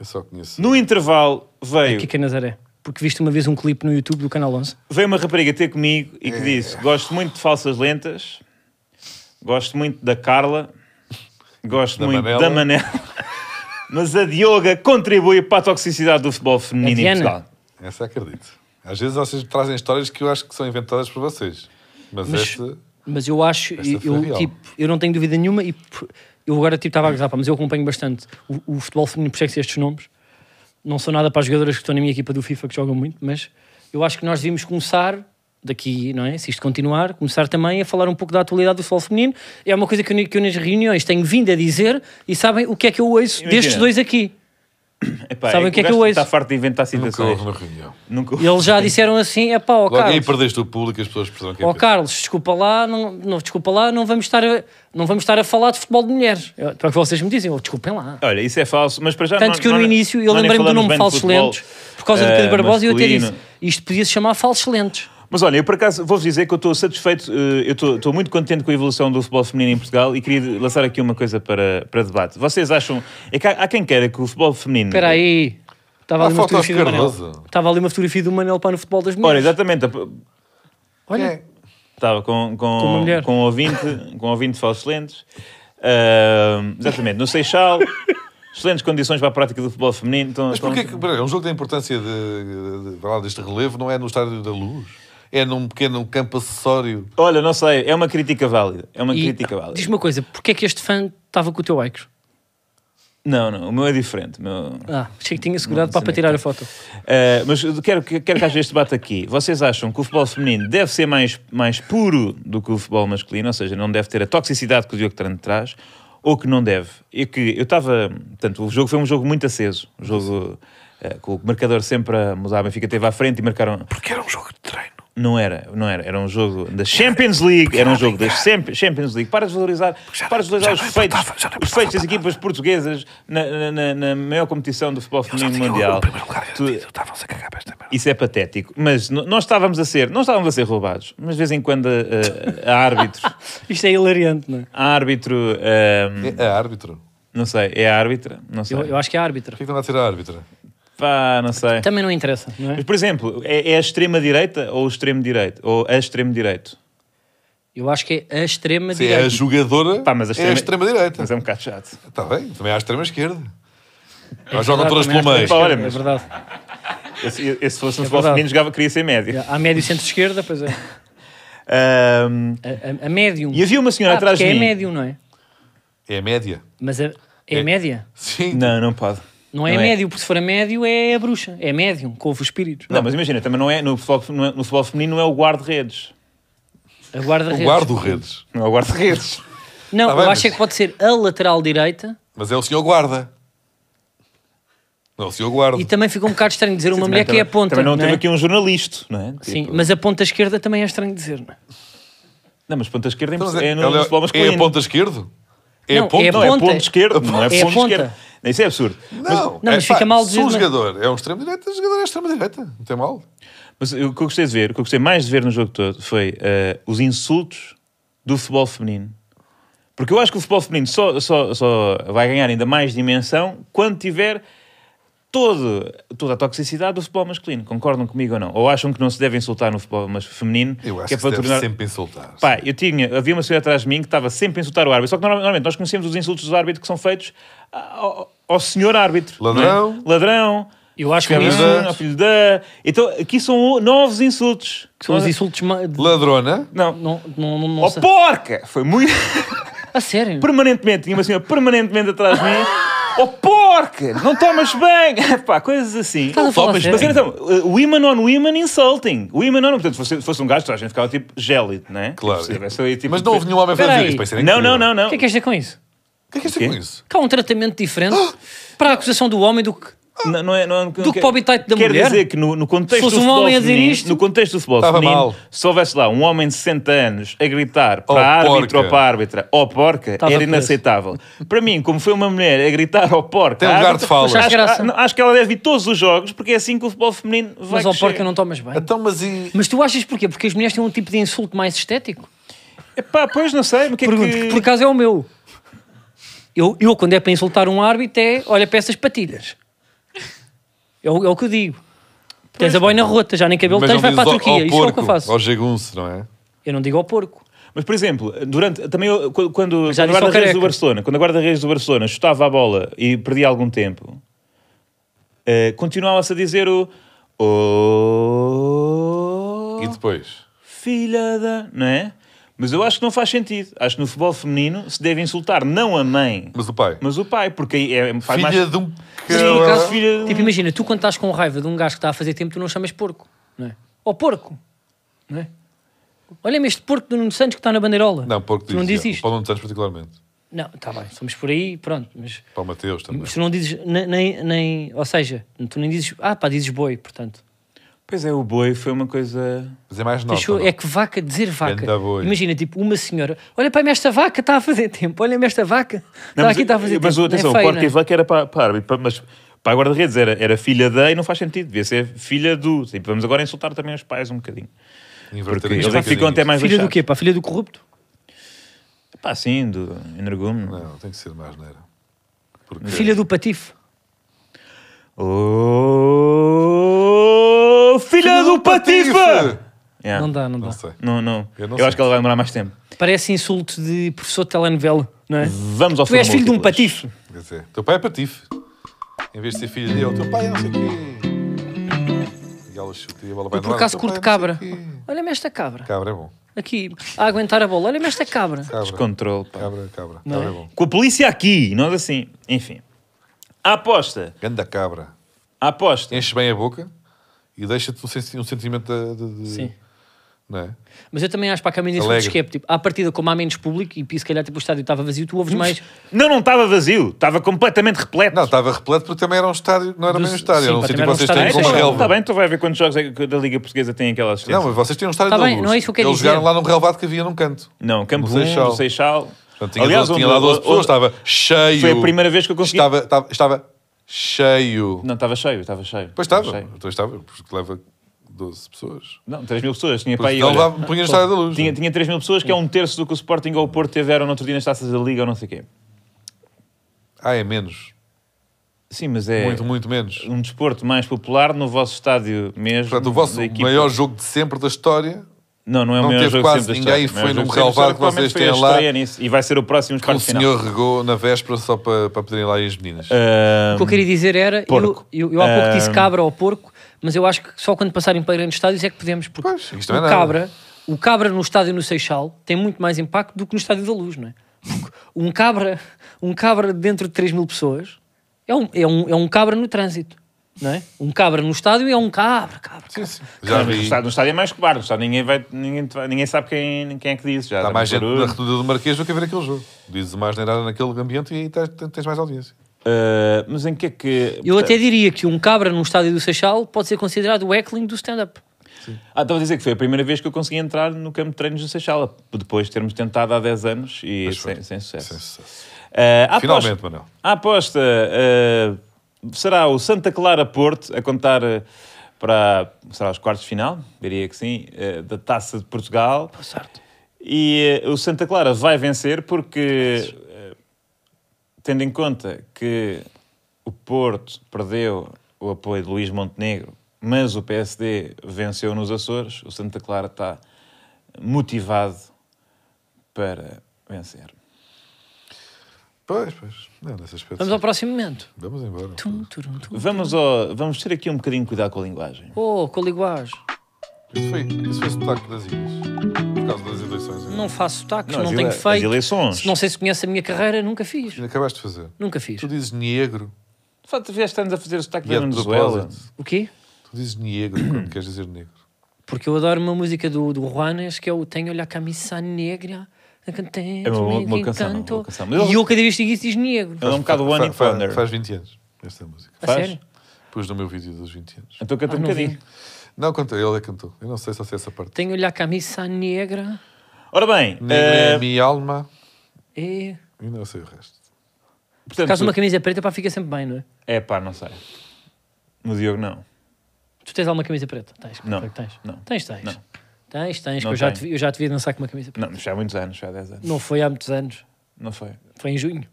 [SPEAKER 2] eu só conheço.
[SPEAKER 3] no intervalo veio,
[SPEAKER 4] É, Kika Nazaré. Porque viste uma vez um clipe no YouTube do Canal 11.
[SPEAKER 3] veio uma rapariga ter comigo
[SPEAKER 2] É.
[SPEAKER 3] e que disse: Gosto muito de falsas lentas, gosto muito da Carla, gosto
[SPEAKER 2] Da
[SPEAKER 3] muito
[SPEAKER 2] Manela."
[SPEAKER 3] da Manela. [laughs] Mas a Dioga contribui para a toxicidade do futebol feminino em
[SPEAKER 4] Diana.
[SPEAKER 3] Portugal.
[SPEAKER 2] Essa é acredito. Às vezes vocês trazem histórias que eu acho que são inventadas por vocês. Mas,
[SPEAKER 4] Mas-
[SPEAKER 2] esta...
[SPEAKER 4] Mas eu acho,
[SPEAKER 2] Esta foi
[SPEAKER 4] eu,
[SPEAKER 2] real.
[SPEAKER 4] tipo, eu não tenho dúvida nenhuma e p- eu agora tipo, estava a gozar, pá, mas eu acompanho bastante o, o futebol feminino, por isso é que sei estes nomes. Não sou nada para as jogadoras que estão na minha equipa do FIFA que jogam muito, mas eu acho que nós devíamos começar daqui, não é? Se isto continuar, começar também a falar um pouco da atualidade do futebol feminino. É uma coisa que eu, ni- que eu nas reuniões tenho vindo a dizer e sabem o que é que eu ouço
[SPEAKER 3] Imagina.
[SPEAKER 4] destes dois aqui.
[SPEAKER 3] Epá,
[SPEAKER 4] Sabem o que é que eu
[SPEAKER 3] gajo
[SPEAKER 4] ouço?
[SPEAKER 3] Está farto de inventar
[SPEAKER 2] Nunca
[SPEAKER 3] situações.
[SPEAKER 2] houve uma reunião.
[SPEAKER 3] Nunca
[SPEAKER 4] E eles já disseram assim, é pá, ó
[SPEAKER 2] Logo aí
[SPEAKER 4] Carlos,
[SPEAKER 2] perdeste o público e as pessoas perceberam que é
[SPEAKER 4] Ó
[SPEAKER 2] pena.
[SPEAKER 4] Carlos, desculpa lá, não, não- desculpa lá, não vamos estar a, não vamos estar a falar de futebol de mulheres. É Para que vocês me dizem, oh, desculpem lá.
[SPEAKER 3] Olha, isso é falso, mas para já
[SPEAKER 4] Tanto
[SPEAKER 3] não-
[SPEAKER 4] que eu no
[SPEAKER 3] não- é-
[SPEAKER 4] início, eu
[SPEAKER 3] não nem
[SPEAKER 4] lembrei-me do
[SPEAKER 3] falamos
[SPEAKER 4] nome
[SPEAKER 3] bem de
[SPEAKER 4] Falsos
[SPEAKER 3] futebol,
[SPEAKER 4] Lentos, por causa do
[SPEAKER 3] eh,
[SPEAKER 4] Pedro Barbosa, e eu até
[SPEAKER 3] masculino. Hum.
[SPEAKER 4] disse, isto podia se chamar Falsos Lentos.
[SPEAKER 3] Mas olha, eu por acaso vou-vos dizer que eu estou satisfeito, eh, eu estou estou muito contente com a evolução do futebol feminino em Portugal e queria lançar aqui uma coisa para, para debate. Vocês acham. É que há, há quem queira que o futebol feminino.
[SPEAKER 4] Espera aí. Estava
[SPEAKER 2] Ah,
[SPEAKER 4] ali uma
[SPEAKER 2] falta o
[SPEAKER 4] fotografia do Manel.
[SPEAKER 2] Cardoso.
[SPEAKER 4] Estava ali uma fotografia do Manel para no futebol das
[SPEAKER 3] Ora,
[SPEAKER 4] mulheres.
[SPEAKER 3] exatamente.
[SPEAKER 4] Olha,
[SPEAKER 3] Estava com, com,
[SPEAKER 4] uma mulher.
[SPEAKER 3] com um ouvinte, com um ouvinte de falsos lentes. Ahm, exatamente, no
[SPEAKER 4] [laughs]
[SPEAKER 3] Seixal, excelentes condições para a prática do futebol feminino. Estão-
[SPEAKER 2] Mas
[SPEAKER 3] estão-
[SPEAKER 2] porquê que, peraí, um jogo da importância de, de- vá lá, deste relevo não é no Estádio da Luz? É num pequeno campo acessório.
[SPEAKER 3] Olha, não sei, é uma crítica válida. É uma
[SPEAKER 4] e
[SPEAKER 3] crítica válida.
[SPEAKER 4] diz-me uma coisa, porquê é que este fã estava com o teu Icos?
[SPEAKER 3] Não, não, o meu é diferente. o meu-
[SPEAKER 4] Ah, achei que tinha segurado
[SPEAKER 3] Não,
[SPEAKER 4] para,
[SPEAKER 3] não sei
[SPEAKER 4] para tirar
[SPEAKER 3] nem
[SPEAKER 4] a foto.
[SPEAKER 3] Uh, mas eu quero, que- quero que haja este debate aqui. Vocês acham que o futebol feminino deve ser mais, mais puro do que o futebol masculino, ou seja, não deve ter a toxicidade que o Diogo Trano traz, ou que não deve? Eu que eu estava. Portanto, o jogo foi um jogo muito aceso. Um jogo uh, com o marcador sempre a mudar. A Benfica teve à frente e marcaram.
[SPEAKER 2] Porque era um jogo de treino.
[SPEAKER 3] Não era, não era. Era um jogo da Champions League. Era um jogo da Champ- Champions League. Para de valorizar, para de valorizar os feitos, os feitos das equipas portuguesas na, na- na- na maior competição do futebol feminino
[SPEAKER 2] um
[SPEAKER 3] mundial. Tu-
[SPEAKER 2] Estavam-se a cagar para esta merda.
[SPEAKER 3] isso é patético. Mas no- nós estávamos a ser, não estávamos a ser roubados, mas de vez em quando eh, a, a- a árbitro,
[SPEAKER 4] [laughs] Isto é hilariante, não é?
[SPEAKER 3] a árbitro, ahm,
[SPEAKER 2] É a árbitro.
[SPEAKER 3] não sei, é a árbitra, não sei.
[SPEAKER 4] Eu, eu acho que é árbitro.
[SPEAKER 2] Porquê que não vai ser a árbitra?
[SPEAKER 3] Pá, não sei.
[SPEAKER 4] Também não interessa, não é?
[SPEAKER 3] Mas, por exemplo, é, é a extrema-direita ou o extremo-direito? Ou a extremo-direito?
[SPEAKER 4] Eu acho que é a extrema
[SPEAKER 2] Se é a
[SPEAKER 4] direita.
[SPEAKER 2] jogadora,
[SPEAKER 3] Pá, mas a
[SPEAKER 2] é a extrema-direita.
[SPEAKER 3] Mas é um bocado chato.
[SPEAKER 2] Está Tá bem, também há a extrema-esquerda. Mas jogam todas
[SPEAKER 4] Também
[SPEAKER 2] pelo meio.
[SPEAKER 4] acho que é
[SPEAKER 3] Olha,
[SPEAKER 4] esquerda,
[SPEAKER 3] mas-
[SPEAKER 4] É verdade.
[SPEAKER 3] Esse- esse- Se fosse um futebol
[SPEAKER 4] É verdade.
[SPEAKER 3] feminino, jogava, queria ser médio.
[SPEAKER 4] Há médio e centro-esquerda, pois é.
[SPEAKER 3] Ahm,
[SPEAKER 4] A, a, a médium.
[SPEAKER 3] Ehm, E havia uma senhora
[SPEAKER 4] Ah,
[SPEAKER 3] atrás
[SPEAKER 4] porque
[SPEAKER 3] de mim.
[SPEAKER 4] é médium, não é?
[SPEAKER 2] É a média.
[SPEAKER 4] Mas a- é, média?
[SPEAKER 2] Sim.
[SPEAKER 3] não, não pode.
[SPEAKER 4] Não é médio, porque se for a médio é a bruxa. É médium, que ouve os espíritos.
[SPEAKER 3] Não, mas imagina, também não é, no futebol, não é- no futebol feminino não é o guarda-redes.
[SPEAKER 4] A guarda-redes.
[SPEAKER 2] O guarda-redes.
[SPEAKER 3] Não é o guarda-redes.
[SPEAKER 4] Não,
[SPEAKER 2] Tá
[SPEAKER 4] eu
[SPEAKER 2] bem,
[SPEAKER 4] acho é
[SPEAKER 2] mas-
[SPEAKER 4] que pode ser a lateral direita
[SPEAKER 2] Mas é o senhor guarda. Não, é o senhor guarda.
[SPEAKER 4] e também ficou um bocado estranho dizer uma
[SPEAKER 3] Também-
[SPEAKER 4] mulher que é a ponta.
[SPEAKER 3] Também não,
[SPEAKER 4] é?
[SPEAKER 3] teve aqui um jornalista, não é?
[SPEAKER 4] Sim,
[SPEAKER 3] Tipo-
[SPEAKER 4] mas a ponta esquerda também é estranho dizer, não é?
[SPEAKER 3] Não, mas ponta esquerda é,
[SPEAKER 2] Então, mas
[SPEAKER 3] imposs- é, no,
[SPEAKER 2] ela
[SPEAKER 3] no futebol
[SPEAKER 2] é
[SPEAKER 3] masculino.
[SPEAKER 2] a ponta esquerda? É
[SPEAKER 4] Não,
[SPEAKER 2] a ponta?
[SPEAKER 4] é a
[SPEAKER 3] Não, é
[SPEAKER 4] Ponta.
[SPEAKER 3] ponta esquerda, não é
[SPEAKER 4] É a
[SPEAKER 3] ponta
[SPEAKER 4] ponta.
[SPEAKER 3] esquerda. Isso é absurdo.
[SPEAKER 2] Não,
[SPEAKER 4] Não, mas
[SPEAKER 2] é, pá,
[SPEAKER 4] fica mal
[SPEAKER 2] Se um
[SPEAKER 4] dizer-
[SPEAKER 2] jogador é um extremo-direita, o jogador é extremo-direita. Não tem mal.
[SPEAKER 3] Mas eu- o que eu gostei de ver, o que eu gostei mais de ver no jogo todo foi eh, os insultos do futebol feminino. Porque eu acho que o futebol feminino só, só, só vai ganhar ainda mais dimensão quando tiver todo, toda a toxicidade do futebol masculino. Concordam comigo ou não? Ou acham que não se deve insultar no futebol mas- feminino?
[SPEAKER 2] Eu acho
[SPEAKER 3] que
[SPEAKER 2] que,
[SPEAKER 3] é para
[SPEAKER 2] se deve
[SPEAKER 3] tornar...
[SPEAKER 2] sempre insultar.
[SPEAKER 3] Pá, eu tinha, havia uma senhora atrás de mim que estava sempre a insultar o árbitro. Só que norma- normalmente nós conhecemos os insultos do árbitro que são feitos ao, ao senhor árbitro.
[SPEAKER 2] Ladrão.
[SPEAKER 3] não é? Ladrão.
[SPEAKER 4] Eu acho que é
[SPEAKER 3] filho
[SPEAKER 2] isso-
[SPEAKER 3] da- ao filho da. Então aqui são o- novos insultos.
[SPEAKER 4] Que são os insultos. ma- de-
[SPEAKER 2] Ladrona.
[SPEAKER 3] Não.
[SPEAKER 4] Não, não, não, não
[SPEAKER 2] Oh,
[SPEAKER 3] Ó
[SPEAKER 4] sei.
[SPEAKER 3] "Oh, porca! Foi muito. [laughs]
[SPEAKER 4] A sério?
[SPEAKER 3] permanentemente. Tinha uma senhora permanentemente atrás de mim. Oh porca! Não tomas bem! [laughs] Pá, coisas assim.
[SPEAKER 4] Estás a falar
[SPEAKER 3] Mas,
[SPEAKER 4] sério?
[SPEAKER 3] mas então, uh, women on women insulting. Women on. Portanto, se fosse, se fosse um gajo, toda a gente ficava tipo gélido, não é?
[SPEAKER 2] Claro.
[SPEAKER 3] Tipo, se tivesse aí, tipo,
[SPEAKER 2] Mas não houve nenhum homem a
[SPEAKER 4] Peraí.
[SPEAKER 2] fazer isso. pá, isso era
[SPEAKER 3] Não,
[SPEAKER 2] incrível.
[SPEAKER 3] não, não, não.
[SPEAKER 4] O que é que és dizer com isso?
[SPEAKER 2] O que é que isto tem com isso?
[SPEAKER 4] Que há um tratamento diferente
[SPEAKER 2] Ah!
[SPEAKER 4] para a acusação do homem do que.
[SPEAKER 3] Não, não é, não, não,
[SPEAKER 4] que para o habitat da
[SPEAKER 3] quer
[SPEAKER 4] mulher?
[SPEAKER 3] dizer que no, no contexto
[SPEAKER 4] Se fosse
[SPEAKER 3] do
[SPEAKER 4] um
[SPEAKER 3] futebol
[SPEAKER 4] homem a dizer
[SPEAKER 3] feminino,
[SPEAKER 4] isto?
[SPEAKER 3] no contexto do futebol
[SPEAKER 2] Estava
[SPEAKER 3] feminino,
[SPEAKER 2] mal.
[SPEAKER 3] se houvesse lá um homem de 60 anos a gritar para
[SPEAKER 2] Oh,
[SPEAKER 3] a árbitra
[SPEAKER 2] porca.
[SPEAKER 3] ou para a árbitra, ó porca,
[SPEAKER 4] Estava
[SPEAKER 3] era
[SPEAKER 4] preso.
[SPEAKER 3] inaceitável. para mim, como foi uma mulher a gritar ó porca,
[SPEAKER 2] Tem um
[SPEAKER 3] à
[SPEAKER 2] lugar
[SPEAKER 3] árbitra,
[SPEAKER 2] de fala.
[SPEAKER 4] Achaste
[SPEAKER 3] Acho,
[SPEAKER 4] graça?
[SPEAKER 3] ah, não, acho que ela deve ir todos os jogos porque é assim que o futebol
[SPEAKER 2] é
[SPEAKER 3] feminino vai
[SPEAKER 4] Mas ao
[SPEAKER 3] crescer.
[SPEAKER 4] porca não tomas bem.
[SPEAKER 2] Então, mas e...
[SPEAKER 4] Mas tu achas porquê? Porque as mulheres têm um tipo de insulto mais estético?
[SPEAKER 3] Epá, pois não sei, mas o que é
[SPEAKER 4] Pergunto,
[SPEAKER 3] que...
[SPEAKER 4] porque por acaso é o meu. Eu, eu, quando é para insultar um árbitro, é olha para essas patilhas. É o, é o que eu digo. tens a boina rota, já nem cabelo
[SPEAKER 2] mas
[SPEAKER 4] tens, vai
[SPEAKER 2] dizes
[SPEAKER 4] para a
[SPEAKER 2] ao- ao
[SPEAKER 4] Turquia. Isto é o que eu
[SPEAKER 2] porco,
[SPEAKER 4] faço.
[SPEAKER 2] Ao jagunço, não é?
[SPEAKER 4] Eu não digo ao porco.
[SPEAKER 3] Mas, por exemplo, durante, também eu- quando, quando
[SPEAKER 4] Já
[SPEAKER 3] a
[SPEAKER 4] disse ao
[SPEAKER 3] guarda-redes
[SPEAKER 4] Careca.
[SPEAKER 3] do Barcelona, quando a guarda-redes do Barcelona chutava a bola e perdia algum tempo, eh, continuava-se a dizer o "Oh,
[SPEAKER 4] Ah.
[SPEAKER 2] E depois?
[SPEAKER 3] filha da, não é? Mas eu acho que não faz sentido. Acho que no futebol feminino se deve insultar não a mãe,
[SPEAKER 2] Mas o pai?
[SPEAKER 3] mas o pai, porque aí é, faz
[SPEAKER 2] Filha
[SPEAKER 3] mais
[SPEAKER 2] de um...
[SPEAKER 3] Mas
[SPEAKER 4] Sim,
[SPEAKER 3] por
[SPEAKER 2] cara-
[SPEAKER 3] acaso- filha de um-
[SPEAKER 4] Tipo, imagina, tu quando estás com raiva de um gajo que está a fazer tempo, tu não chamas porco. Não é? Ó porco. Não é? Olha-me este porco do Nuno Santos que está na bandeirola.
[SPEAKER 2] Não, porque
[SPEAKER 4] tu não
[SPEAKER 2] dizia.
[SPEAKER 4] dizes isto.
[SPEAKER 2] Para o Nuno Santos particularmente.
[SPEAKER 4] Não, está bem, somos por aí, pronto. Mas,
[SPEAKER 2] Para o Mateus também.
[SPEAKER 4] mas tu não dizes nem, nem, nem- Ou seja, tu nem dizes. Ah, pá, dizes boi, portanto.
[SPEAKER 3] Pois é, o boi foi uma coisa.
[SPEAKER 2] Mas é mais nota.
[SPEAKER 4] Deixou-
[SPEAKER 2] não?
[SPEAKER 4] é que vaca, dizer vaca.
[SPEAKER 2] Ganda boi.
[SPEAKER 4] Imagina, tipo, uma senhora. Olha para mim esta vaca, está a fazer tempo. Olha-me esta vaca.
[SPEAKER 3] Não,
[SPEAKER 4] Está Tá aqui, está a fazer
[SPEAKER 3] mas
[SPEAKER 4] tempo.
[SPEAKER 3] atenção,
[SPEAKER 4] é
[SPEAKER 3] o
[SPEAKER 4] feio,
[SPEAKER 3] Porca
[SPEAKER 4] não
[SPEAKER 3] e
[SPEAKER 4] é?
[SPEAKER 3] Vaca era para, para, árbitro, para- mas para a guarda-redes era, era filha da e não faz sentido, devia ser filha do. Tipo, vamos agora insultar também os pais um bocadinho.
[SPEAKER 2] Inverter a
[SPEAKER 3] Porque eles é que
[SPEAKER 2] perspectiva
[SPEAKER 3] ficam até
[SPEAKER 2] nisso.
[SPEAKER 3] mais
[SPEAKER 4] Filha do
[SPEAKER 3] lixados.
[SPEAKER 4] quê? Pá, filha do corrupto?
[SPEAKER 3] Pá, sim, do energúmeno.
[SPEAKER 2] Não, tem que ser mais neira. Porque...
[SPEAKER 4] Filha do patife?
[SPEAKER 3] Oh, filha do Patifa! Yeah.
[SPEAKER 4] Não dá, não dá.
[SPEAKER 2] É Não sei.
[SPEAKER 3] Não, não.
[SPEAKER 2] Eu
[SPEAKER 3] Eu,
[SPEAKER 2] não sei.
[SPEAKER 3] acho que ela vai demorar mais tempo.
[SPEAKER 4] Parece insulto de professor de telenovela, não é?
[SPEAKER 3] Vamos ao
[SPEAKER 4] Tu és
[SPEAKER 3] filme
[SPEAKER 4] filho de um
[SPEAKER 3] múltiplas.
[SPEAKER 4] patife.
[SPEAKER 2] Quer dizer, teu pai é patife. Em vez de ser filho dele, teu pai é não sei o quê. E ela chuta e a bola vai
[SPEAKER 4] Eu, por
[SPEAKER 2] no ar,
[SPEAKER 4] acaso,
[SPEAKER 2] teu pai
[SPEAKER 4] curto
[SPEAKER 2] é não
[SPEAKER 4] cabra.
[SPEAKER 2] sei o quê.
[SPEAKER 4] Olha-me esta cabra.
[SPEAKER 2] Cabra é bom.
[SPEAKER 4] Aqui, a aguentar a bola. Olha-me esta cabra.
[SPEAKER 2] Cabra,
[SPEAKER 3] Descontrole, pá.
[SPEAKER 2] cabra, cabra.
[SPEAKER 4] Não
[SPEAKER 2] Cabra é
[SPEAKER 4] é?
[SPEAKER 2] bom.
[SPEAKER 3] Com a polícia aqui, nós assim. Enfim. A aposta.
[SPEAKER 2] Ganda cabra.
[SPEAKER 3] A aposta.
[SPEAKER 2] Enche bem a boca e deixa-te um, sen- um sentimento de... de- de-
[SPEAKER 4] Sim.
[SPEAKER 2] Não é?
[SPEAKER 4] Mas eu também acho para a caminho
[SPEAKER 2] Alegre.
[SPEAKER 4] desse que é, tipo, à partida, como há menos público, e se calhar tipo, o estádio estava vazio, tu ouves mais.
[SPEAKER 3] Não, não estava vazio. Estava completamente repleto.
[SPEAKER 2] Não, estava repleto porque também era um estádio, não era
[SPEAKER 4] Do-
[SPEAKER 2] bem um estádio,
[SPEAKER 4] sim,
[SPEAKER 2] era um
[SPEAKER 4] pá,
[SPEAKER 2] sítio que
[SPEAKER 4] também era um
[SPEAKER 2] vocês
[SPEAKER 4] estádio.
[SPEAKER 2] têm
[SPEAKER 3] Está
[SPEAKER 2] com
[SPEAKER 4] Sim,
[SPEAKER 2] uma
[SPEAKER 4] sim.
[SPEAKER 2] relva.
[SPEAKER 3] Tá bem, tu vai ver quantos jogos é que da Liga Portuguesa têm aquela assistência.
[SPEAKER 2] Não, mas vocês tinham um estádio
[SPEAKER 4] Tá
[SPEAKER 2] da
[SPEAKER 4] bem,
[SPEAKER 2] luz.
[SPEAKER 4] não é isso que eu quero
[SPEAKER 2] Eles
[SPEAKER 4] dizer.
[SPEAKER 2] jogaram lá num relvado que havia num canto.
[SPEAKER 3] Não, Campo
[SPEAKER 2] No
[SPEAKER 3] 1,
[SPEAKER 2] Seixal.
[SPEAKER 3] do Seixal.
[SPEAKER 2] Portanto, tinha, Aliás, tinha lá 12 pessoas, estava cheio.
[SPEAKER 3] foi a primeira vez que eu consegui-
[SPEAKER 2] Estava, estava, estava cheio.
[SPEAKER 3] Não, estava cheio, estava cheio.
[SPEAKER 2] Pois estava.
[SPEAKER 3] cheio.
[SPEAKER 2] Então estava, porque leva 12 pessoas.
[SPEAKER 3] Não, 3 mil pessoas. Tinha para
[SPEAKER 2] Porque
[SPEAKER 3] aí,
[SPEAKER 2] não
[SPEAKER 3] olha,
[SPEAKER 2] levava, punha no estádio da luz.
[SPEAKER 3] tinha, tinha 3 mil pessoas, que é um terço do que o Sporting ou o Porto tiveram no outro dia nas taças da Liga ou não sei o quê.
[SPEAKER 2] Ah, é menos.
[SPEAKER 3] Sim, mas é
[SPEAKER 2] Muito, muito menos.
[SPEAKER 3] um desporto mais popular no vosso estádio mesmo.
[SPEAKER 2] Portanto, o vosso
[SPEAKER 3] da equipa.
[SPEAKER 2] maior jogo de sempre da história,
[SPEAKER 3] Não, não é o
[SPEAKER 2] não
[SPEAKER 3] maior
[SPEAKER 2] teve
[SPEAKER 3] jogo
[SPEAKER 2] quase
[SPEAKER 3] sempre da
[SPEAKER 2] ninguém,
[SPEAKER 3] história.
[SPEAKER 2] foi
[SPEAKER 3] O maior
[SPEAKER 2] num
[SPEAKER 3] jogo sempre da
[SPEAKER 2] relvado
[SPEAKER 3] história,
[SPEAKER 2] que vocês
[SPEAKER 3] provavelmente, foi a
[SPEAKER 2] têm lá,
[SPEAKER 3] estreia nisso. E vai ser o próximo
[SPEAKER 2] que um
[SPEAKER 3] quarto final.
[SPEAKER 2] senhor regou na véspera só para, para poderem lá ir as meninas.
[SPEAKER 3] Ah,
[SPEAKER 4] O que eu queria dizer era, eu,
[SPEAKER 3] Porco.
[SPEAKER 4] eu, eu há pouco disse
[SPEAKER 3] Ah.
[SPEAKER 4] cabra ou porco, mas eu acho que só quando passarem para grandes estádios é que podemos, porque
[SPEAKER 2] Pois, isto
[SPEAKER 4] o
[SPEAKER 2] não é nada.
[SPEAKER 4] cabra, o cabra no estádio no Seixal tem muito mais impacto do que no estádio da Luz, não é? Porque Um cabra, um cabra dentro de 3 mil pessoas é um, é, um, é um cabra no trânsito, não é? Um cabra no estádio é um cabra, cabra, cabra.
[SPEAKER 2] Já
[SPEAKER 3] no
[SPEAKER 2] vi.
[SPEAKER 3] estádio- No estádio é mais cobarde, no estádio ninguém, vai, ninguém, te vai- ninguém sabe quem, quem é que diz. Já
[SPEAKER 2] Há
[SPEAKER 3] dá
[SPEAKER 2] Tá mais gente
[SPEAKER 3] barulho.
[SPEAKER 2] na retuda do Marquês do que a ver aquele jogo. Dizes mais neirada naquele ambiente e aí tens, tens mais audiência.
[SPEAKER 3] Ah, Mas em que é que.
[SPEAKER 4] Eu até diria que um cabra num estádio do Seixal pode ser considerado o heckling do stand-up.
[SPEAKER 3] Ah, estava a dizer que foi a primeira vez que eu consegui entrar no campo de treinos do Seixala, depois de termos tentado há 10 anos e
[SPEAKER 2] foi.
[SPEAKER 3] sem, sem sucesso.
[SPEAKER 2] Sem sucesso.
[SPEAKER 3] Ah, a
[SPEAKER 2] Finalmente,
[SPEAKER 3] aposta-
[SPEAKER 2] Manuel.
[SPEAKER 3] A aposta ah, será o Santa Clara Porto a contar ah, para será os quartos de final, diria que sim, ah, da Taça de Portugal. E ah, o Santa Clara vai vencer porque, ah, tendo em conta que o Porto perdeu o apoio de Luís Montenegro, mas o PSD venceu nos Açores, o Santa Clara está motivado para vencer.
[SPEAKER 2] Pois, pois. Não, nesse aspecto.
[SPEAKER 4] Vamos
[SPEAKER 2] sim.
[SPEAKER 4] ao próximo momento.
[SPEAKER 2] Vamos embora.
[SPEAKER 4] Tum, turum, tum.
[SPEAKER 3] Vamos, ao- vamos ter aqui um bocadinho de cuidado com a linguagem.
[SPEAKER 4] Oh, coliguagem.
[SPEAKER 2] Isso foi, isso foi sotaque das ilhas. Por causa das eleições.
[SPEAKER 4] Não faço sotaques,
[SPEAKER 3] Não, é-
[SPEAKER 4] não,
[SPEAKER 3] as
[SPEAKER 4] tenho
[SPEAKER 3] ele- as
[SPEAKER 4] feito.
[SPEAKER 3] eleições.
[SPEAKER 4] Se não sei se conhece a minha carreira, nunca fiz.
[SPEAKER 2] Acabaste de fazer.
[SPEAKER 4] Nunca fiz.
[SPEAKER 2] Tu dizes negro.
[SPEAKER 3] De facto, vieste anos a fazer o sotaque
[SPEAKER 2] E é
[SPEAKER 3] da
[SPEAKER 2] de
[SPEAKER 3] Venezuela. Um
[SPEAKER 2] propósito.
[SPEAKER 4] O quê?
[SPEAKER 2] Tu dizes negro quando queres dizer negro.
[SPEAKER 4] Porque eu adoro uma música do, do Juanes que é o Tenho a camisa negra.
[SPEAKER 3] É uma- uma canção, não, uma canção. Mas
[SPEAKER 4] E
[SPEAKER 3] ele-
[SPEAKER 4] eu cada vez que digo isso diz negro.
[SPEAKER 3] Ele é um bocado
[SPEAKER 2] Fa-
[SPEAKER 3] One and
[SPEAKER 2] fa-
[SPEAKER 3] Thunder.
[SPEAKER 2] Faz 20 anos, esta música.
[SPEAKER 4] A
[SPEAKER 3] faz?
[SPEAKER 4] sério?
[SPEAKER 2] Pus no meu vídeo dos 20 anos.
[SPEAKER 3] Então canta
[SPEAKER 4] Ah,
[SPEAKER 3] um
[SPEAKER 4] não vi.
[SPEAKER 3] bocadinho.
[SPEAKER 2] Não, cantou, ele é que cantou. Eu não sei se sei essa parte.
[SPEAKER 4] Tenho a camisa negra.
[SPEAKER 3] Ora bem,
[SPEAKER 2] Negro
[SPEAKER 3] eh,
[SPEAKER 2] é a minha alma
[SPEAKER 4] É.
[SPEAKER 2] e não sei o resto.
[SPEAKER 3] eh, portanto,
[SPEAKER 4] Caso uma camisa preta, pá, fica sempre bem, não é?
[SPEAKER 3] é pá, não sei. No Diogo não.
[SPEAKER 4] Tu tens alguma camisa preta? Tens,
[SPEAKER 3] Não,
[SPEAKER 4] claro que tens.
[SPEAKER 3] não,
[SPEAKER 4] Tens, tens.
[SPEAKER 3] não.
[SPEAKER 4] Tens, tens, que
[SPEAKER 3] Não
[SPEAKER 4] eu já,
[SPEAKER 3] tenho.
[SPEAKER 4] te, vi- eu já te vi dançar com uma camisa preta.
[SPEAKER 3] Não, já há muitos anos, já há 10 anos.
[SPEAKER 4] Não foi há muitos anos.
[SPEAKER 3] Não foi.
[SPEAKER 4] Foi em junho.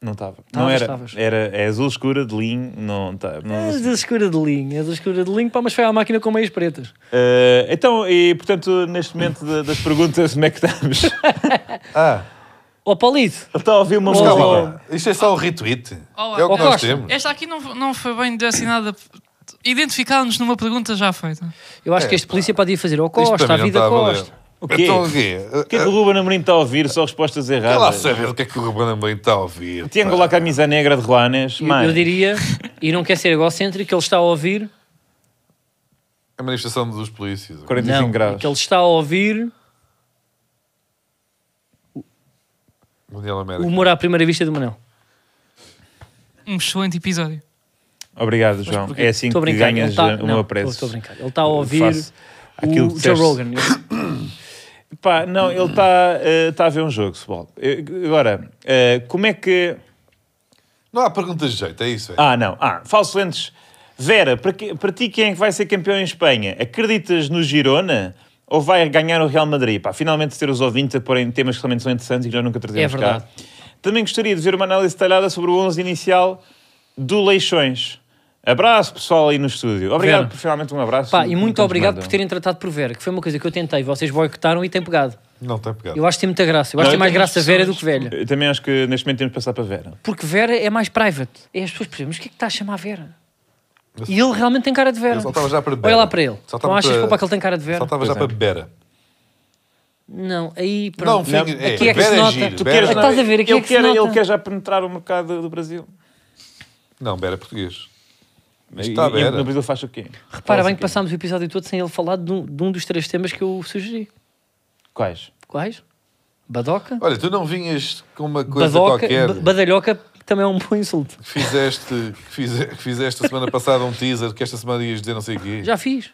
[SPEAKER 3] Não estava. Não
[SPEAKER 4] Tavas,
[SPEAKER 3] era.
[SPEAKER 4] tavas.
[SPEAKER 3] Era é azul escura, de linho. Não, tá, não,
[SPEAKER 4] És da escura Ah, de linho, és da escura de linho, pá, mas foi à máquina com meias pretas.
[SPEAKER 3] Eh, então, e portanto, neste momento da- das perguntas, como é que estamos? [laughs]
[SPEAKER 2] Ah,
[SPEAKER 4] Ó, Paulito,
[SPEAKER 3] Eu Estava tá a ouvir uma
[SPEAKER 4] Oh.
[SPEAKER 2] calma
[SPEAKER 3] música.
[SPEAKER 2] lá. Isto é só o retweet.
[SPEAKER 1] Olá.
[SPEAKER 2] É o que
[SPEAKER 4] Ó,
[SPEAKER 2] nós
[SPEAKER 4] Costa.
[SPEAKER 2] temos.
[SPEAKER 1] Esta aqui não, não foi bem direcionada. Identificámos numa pergunta já então. feita.
[SPEAKER 4] eu acho
[SPEAKER 2] É,
[SPEAKER 4] que este polícia podia fazer ao
[SPEAKER 2] Isto
[SPEAKER 4] Costa,
[SPEAKER 2] para
[SPEAKER 4] a
[SPEAKER 2] mim não
[SPEAKER 4] vida
[SPEAKER 2] está a valer.
[SPEAKER 4] Costa.
[SPEAKER 3] O quê?
[SPEAKER 2] Então o quê?
[SPEAKER 3] O que é que o Ruben Amorim está a ouvir? Só respostas
[SPEAKER 2] Quer lá
[SPEAKER 3] erradas.
[SPEAKER 2] saber o que é que o Ruben Amorim está a ouvir.
[SPEAKER 3] Tiango
[SPEAKER 2] pá.
[SPEAKER 3] lá camisa negra de Juanes.
[SPEAKER 4] Eu,
[SPEAKER 3] mais.
[SPEAKER 4] eu diria, e não quer ser egocêntrico, que ele está a ouvir.
[SPEAKER 2] A manifestação dos polícias.
[SPEAKER 3] 45
[SPEAKER 4] Não, é
[SPEAKER 3] graus.
[SPEAKER 4] que ele está a ouvir
[SPEAKER 2] Mundial América.
[SPEAKER 4] o humor à primeira vista do Manel.
[SPEAKER 1] Um excelente episório.
[SPEAKER 3] Obrigado, João. É assim
[SPEAKER 4] Estou a
[SPEAKER 3] que
[SPEAKER 4] brincar, ele
[SPEAKER 3] ganhas
[SPEAKER 4] está,
[SPEAKER 3] eh, o
[SPEAKER 4] não,
[SPEAKER 3] meu preço.
[SPEAKER 4] Estou a brincar. Ele está a ouvir
[SPEAKER 3] Face àquilo que
[SPEAKER 4] o Joe
[SPEAKER 3] disseste.
[SPEAKER 2] [coughs]
[SPEAKER 4] Rogan. Ele-
[SPEAKER 3] Pá, não, ele está eh, está a ver um jogo de futebol. Eh, Agora, eh, como é que...
[SPEAKER 2] Não há perguntas de jeito, é isso. É.
[SPEAKER 3] Ah, não. Ah, falso lentes. Vera, para, que- para ti quem é que vai ser campeão em Espanha? Acreditas no Girona ou vai ganhar o Real Madrid? Pá, finalmente ter os ouvintes a porem temas que realmente são interessantes e que nós nunca trazemos
[SPEAKER 4] É verdade.
[SPEAKER 3] cá. Também gostaria de ver uma análise detalhada sobre o 11 inicial do Leixões. Abraço, pessoal, aí no estúdio. Obrigado,
[SPEAKER 4] Vera.
[SPEAKER 3] por finalmente um abraço.
[SPEAKER 4] Pá, e muito
[SPEAKER 3] Tantos
[SPEAKER 4] obrigado
[SPEAKER 3] mandam.
[SPEAKER 4] por terem tratado por Vera, que foi uma coisa que eu tentei, vocês boicotaram e tem pegado.
[SPEAKER 2] Não tem pegado.
[SPEAKER 4] Eu acho que tem muita graça. Eu
[SPEAKER 3] Não,
[SPEAKER 4] acho que
[SPEAKER 3] eu
[SPEAKER 4] tem mais
[SPEAKER 3] tenho
[SPEAKER 4] graça
[SPEAKER 3] as
[SPEAKER 4] Vera do
[SPEAKER 3] pessoas-
[SPEAKER 4] que velha.
[SPEAKER 3] Eu também acho que neste momento temos de passar para Vera.
[SPEAKER 4] Porque Vera é mais private. E as pessoas percebem, mas o que é que está a chamar Vera? E ele realmente tem cara de Vera.
[SPEAKER 2] Eu só estava já para
[SPEAKER 4] Olha
[SPEAKER 2] Bera.
[SPEAKER 4] lá para ele.
[SPEAKER 2] Só estava
[SPEAKER 4] Não achas
[SPEAKER 2] para-
[SPEAKER 4] que opa, que ele tem cara de Vera?
[SPEAKER 2] Só estava já
[SPEAKER 3] Pois é.
[SPEAKER 2] para Bera.
[SPEAKER 4] Não, aí
[SPEAKER 2] Não,
[SPEAKER 4] pronto.
[SPEAKER 2] enfim,
[SPEAKER 3] Não,
[SPEAKER 2] é,
[SPEAKER 4] aqui é que se
[SPEAKER 2] Bera é
[SPEAKER 4] nota.
[SPEAKER 2] giro.
[SPEAKER 4] Tu
[SPEAKER 2] Bera-
[SPEAKER 4] queres- Estás a ver, aqui
[SPEAKER 3] ele,
[SPEAKER 4] é que se
[SPEAKER 3] quer,
[SPEAKER 4] nota.
[SPEAKER 3] ele quer já penetrar o mercado do Brasil.
[SPEAKER 2] Não, Bera é português.
[SPEAKER 3] E-
[SPEAKER 2] Está
[SPEAKER 3] e,
[SPEAKER 2] Vera.
[SPEAKER 3] no Brasil faz o quê?
[SPEAKER 4] Repara
[SPEAKER 3] Faz
[SPEAKER 4] bem
[SPEAKER 3] o
[SPEAKER 4] que
[SPEAKER 3] quê?
[SPEAKER 4] passámos o episódio todo sem ele falar de um, de um dos três temas que eu sugeri.
[SPEAKER 3] Quais?
[SPEAKER 4] Quais? Badoca?
[SPEAKER 2] Olha, tu não vinhas com uma coisa
[SPEAKER 4] Badoca,
[SPEAKER 2] qualquer
[SPEAKER 4] ba- badalhoca também é um bom insulto.
[SPEAKER 2] que fizeste, que, fize, que fizeste a semana passada um teaser que esta semana ias dizer não sei o quê.
[SPEAKER 4] Já fiz.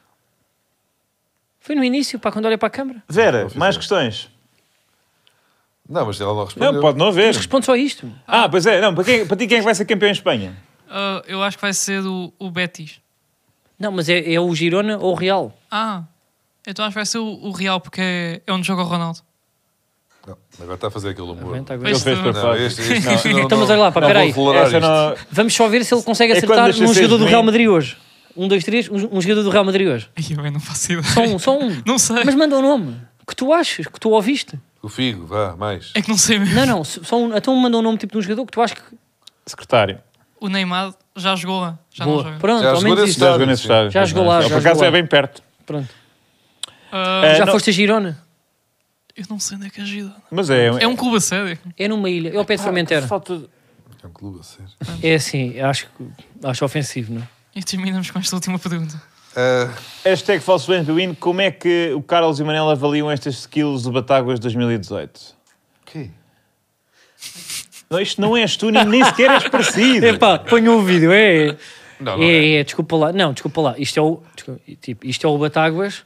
[SPEAKER 4] Foi no início, pá, quando olhei para a câmara.
[SPEAKER 3] Vera,
[SPEAKER 2] fiz
[SPEAKER 3] mais
[SPEAKER 2] nada.
[SPEAKER 3] questões?
[SPEAKER 2] Não, mas ela não respondeu.
[SPEAKER 3] Não, pode não haver.
[SPEAKER 4] Mas responde só a isto.
[SPEAKER 3] Ah, pois é. Não, para, quem- para ti quem é que vai ser campeão em Espanha?
[SPEAKER 1] Ah, eu acho que vai ser o, o Betis.
[SPEAKER 4] Não, mas é, é o Girona ou o Real.
[SPEAKER 1] Ah, então acho que vai ser o, o Real, porque é, é onde joga o Ronaldo.
[SPEAKER 2] Não, agora está a fazer aquele humor.
[SPEAKER 4] Aguenta, aguenta.
[SPEAKER 1] Pois
[SPEAKER 3] Ele fez
[SPEAKER 1] não.
[SPEAKER 3] propósito.
[SPEAKER 2] Não, este, este,
[SPEAKER 4] [laughs]
[SPEAKER 2] não, não,
[SPEAKER 4] Então, mas
[SPEAKER 2] não-
[SPEAKER 4] olha lá, pá,
[SPEAKER 2] não vou
[SPEAKER 4] peraí.
[SPEAKER 2] tolerar
[SPEAKER 3] Essa
[SPEAKER 2] isto.
[SPEAKER 3] não-
[SPEAKER 4] Vamos só ver se ele consegue
[SPEAKER 3] É quando
[SPEAKER 4] acertar
[SPEAKER 3] deixa
[SPEAKER 4] num
[SPEAKER 3] ser
[SPEAKER 4] jogador do
[SPEAKER 3] ruim.
[SPEAKER 4] Real Madrid hoje. Um, dois, três, um, um jogador do Real Madrid hoje.
[SPEAKER 1] Ai, eu não faço ideia.
[SPEAKER 4] Só um, só um.
[SPEAKER 1] Não sei.
[SPEAKER 4] Mas manda o nome. Que tu achas, que tu ouviste.
[SPEAKER 2] O Figo, vá, mais.
[SPEAKER 1] É que não sei mesmo.
[SPEAKER 4] Não, não, só um. Então manda o nome tipo de um jogador que tu achas que.
[SPEAKER 3] Secretário.
[SPEAKER 1] O Neymar já jogou lá. Já
[SPEAKER 4] Boa.
[SPEAKER 1] Tá, não joga.
[SPEAKER 4] Pronto,
[SPEAKER 2] Já
[SPEAKER 4] ao
[SPEAKER 2] jogou
[SPEAKER 4] menos
[SPEAKER 2] nesse
[SPEAKER 4] isso.
[SPEAKER 3] Já
[SPEAKER 2] Claro,
[SPEAKER 3] jogou nesse
[SPEAKER 2] sim.
[SPEAKER 3] estádio.
[SPEAKER 4] Já jogou lá,
[SPEAKER 3] Por
[SPEAKER 4] já
[SPEAKER 3] acaso
[SPEAKER 4] jogou
[SPEAKER 3] é
[SPEAKER 4] lá.
[SPEAKER 3] bem perto.
[SPEAKER 4] Pronto.
[SPEAKER 1] Ah,
[SPEAKER 3] É,
[SPEAKER 4] Já
[SPEAKER 3] não-
[SPEAKER 4] foste a Girona?
[SPEAKER 1] Eu não sei onde é que é Girona.
[SPEAKER 3] Mas é...
[SPEAKER 1] É um clube a sério.
[SPEAKER 4] É numa ilha. É ao pé de Formentera.
[SPEAKER 3] Falta...
[SPEAKER 2] É um clube a sério. [laughs]
[SPEAKER 4] É assim, acho, que- acho ofensivo, não é?
[SPEAKER 1] E terminamos com esta última pergunta.
[SPEAKER 2] Ah,
[SPEAKER 3] Hashtag falso Benjamin, como é que o Carlos e o Manel avaliam estas skills do Batáguas 2018?
[SPEAKER 2] quê?
[SPEAKER 3] Não, isto não és tu, nem, nem sequer [laughs] és parecido.
[SPEAKER 4] Epá, ponham o vídeo, é.
[SPEAKER 2] Não, não é.
[SPEAKER 4] É, é, desculpa lá. Não, desculpa lá. Isto é o, desculpa, tipo, isto é o Batáguas.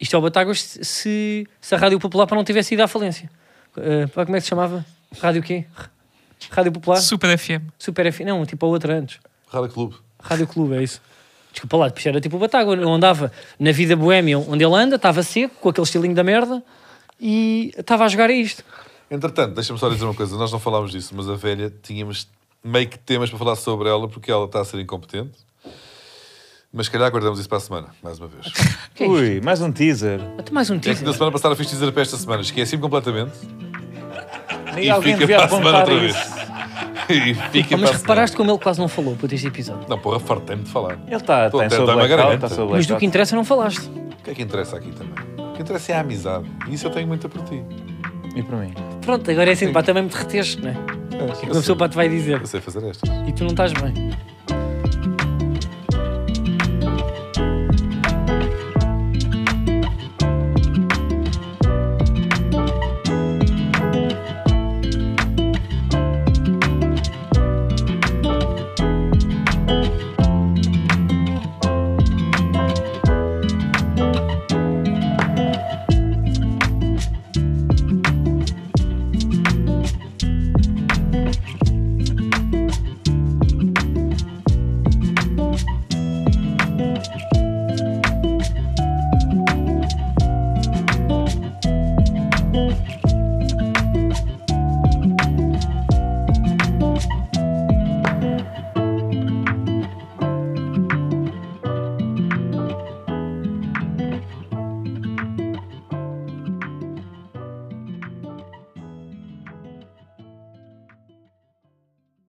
[SPEAKER 4] Isto é o Batáguas se- se, se a Rádio Popular para não tivesse ido à falência. Eh, pá, como é que se chamava? Rádio quê? Rádio Popular?
[SPEAKER 1] Super FM.
[SPEAKER 4] Super FM? Não, tipo a outra antes.
[SPEAKER 2] Rara Clube.
[SPEAKER 4] Rádio Clube, é isso. Desculpa lá, depois era tipo o Batágua. Eu andava na vida boémia onde ele anda, estava seco, com aquele estilinho da merda, e estava a jogar a isto.
[SPEAKER 2] Entretanto, deixa-me só dizer uma coisa. Nós não falámos disso, mas a velha tínhamos meio que temas para falar sobre ela porque ela está a ser incompetente. Mas se calhar guardamos isso para a semana, mais uma vez.
[SPEAKER 4] que é isto?
[SPEAKER 3] Ui, mais um teaser.
[SPEAKER 4] Até mais um
[SPEAKER 2] É que
[SPEAKER 4] teaser.
[SPEAKER 2] na semana passada fiz teaser para esta semana. Esqueci-me completamente. [laughs]
[SPEAKER 3] Nem
[SPEAKER 2] E
[SPEAKER 3] alguém
[SPEAKER 2] fica
[SPEAKER 3] devia
[SPEAKER 2] para a semana
[SPEAKER 3] apontar
[SPEAKER 2] outra vez.
[SPEAKER 3] isso.
[SPEAKER 2] E fica para
[SPEAKER 4] Pá,
[SPEAKER 2] a
[SPEAKER 4] mas
[SPEAKER 2] semana.
[SPEAKER 4] reparaste como ele quase não falou para este episódio.
[SPEAKER 2] Não, porra, fartei-me de falar.
[SPEAKER 3] Ele está
[SPEAKER 2] Estou
[SPEAKER 3] tá em
[SPEAKER 2] até
[SPEAKER 3] seu
[SPEAKER 2] a dar uma
[SPEAKER 3] blackout.
[SPEAKER 2] garganta.
[SPEAKER 3] Tá sob
[SPEAKER 4] Mas do que
[SPEAKER 3] blackout.
[SPEAKER 4] interessa não falaste.
[SPEAKER 2] O que é que interessa aqui também? O que interessa é a amizade. E isso eu tenho muito por ti.
[SPEAKER 3] E para mim?
[SPEAKER 4] Pronto, agora é assim, pá, também me derreteste, não é?
[SPEAKER 2] É,
[SPEAKER 4] Uma pessoa pá, te vai dizer.
[SPEAKER 2] Eu sei fazer esta.
[SPEAKER 4] E tu não estás bem.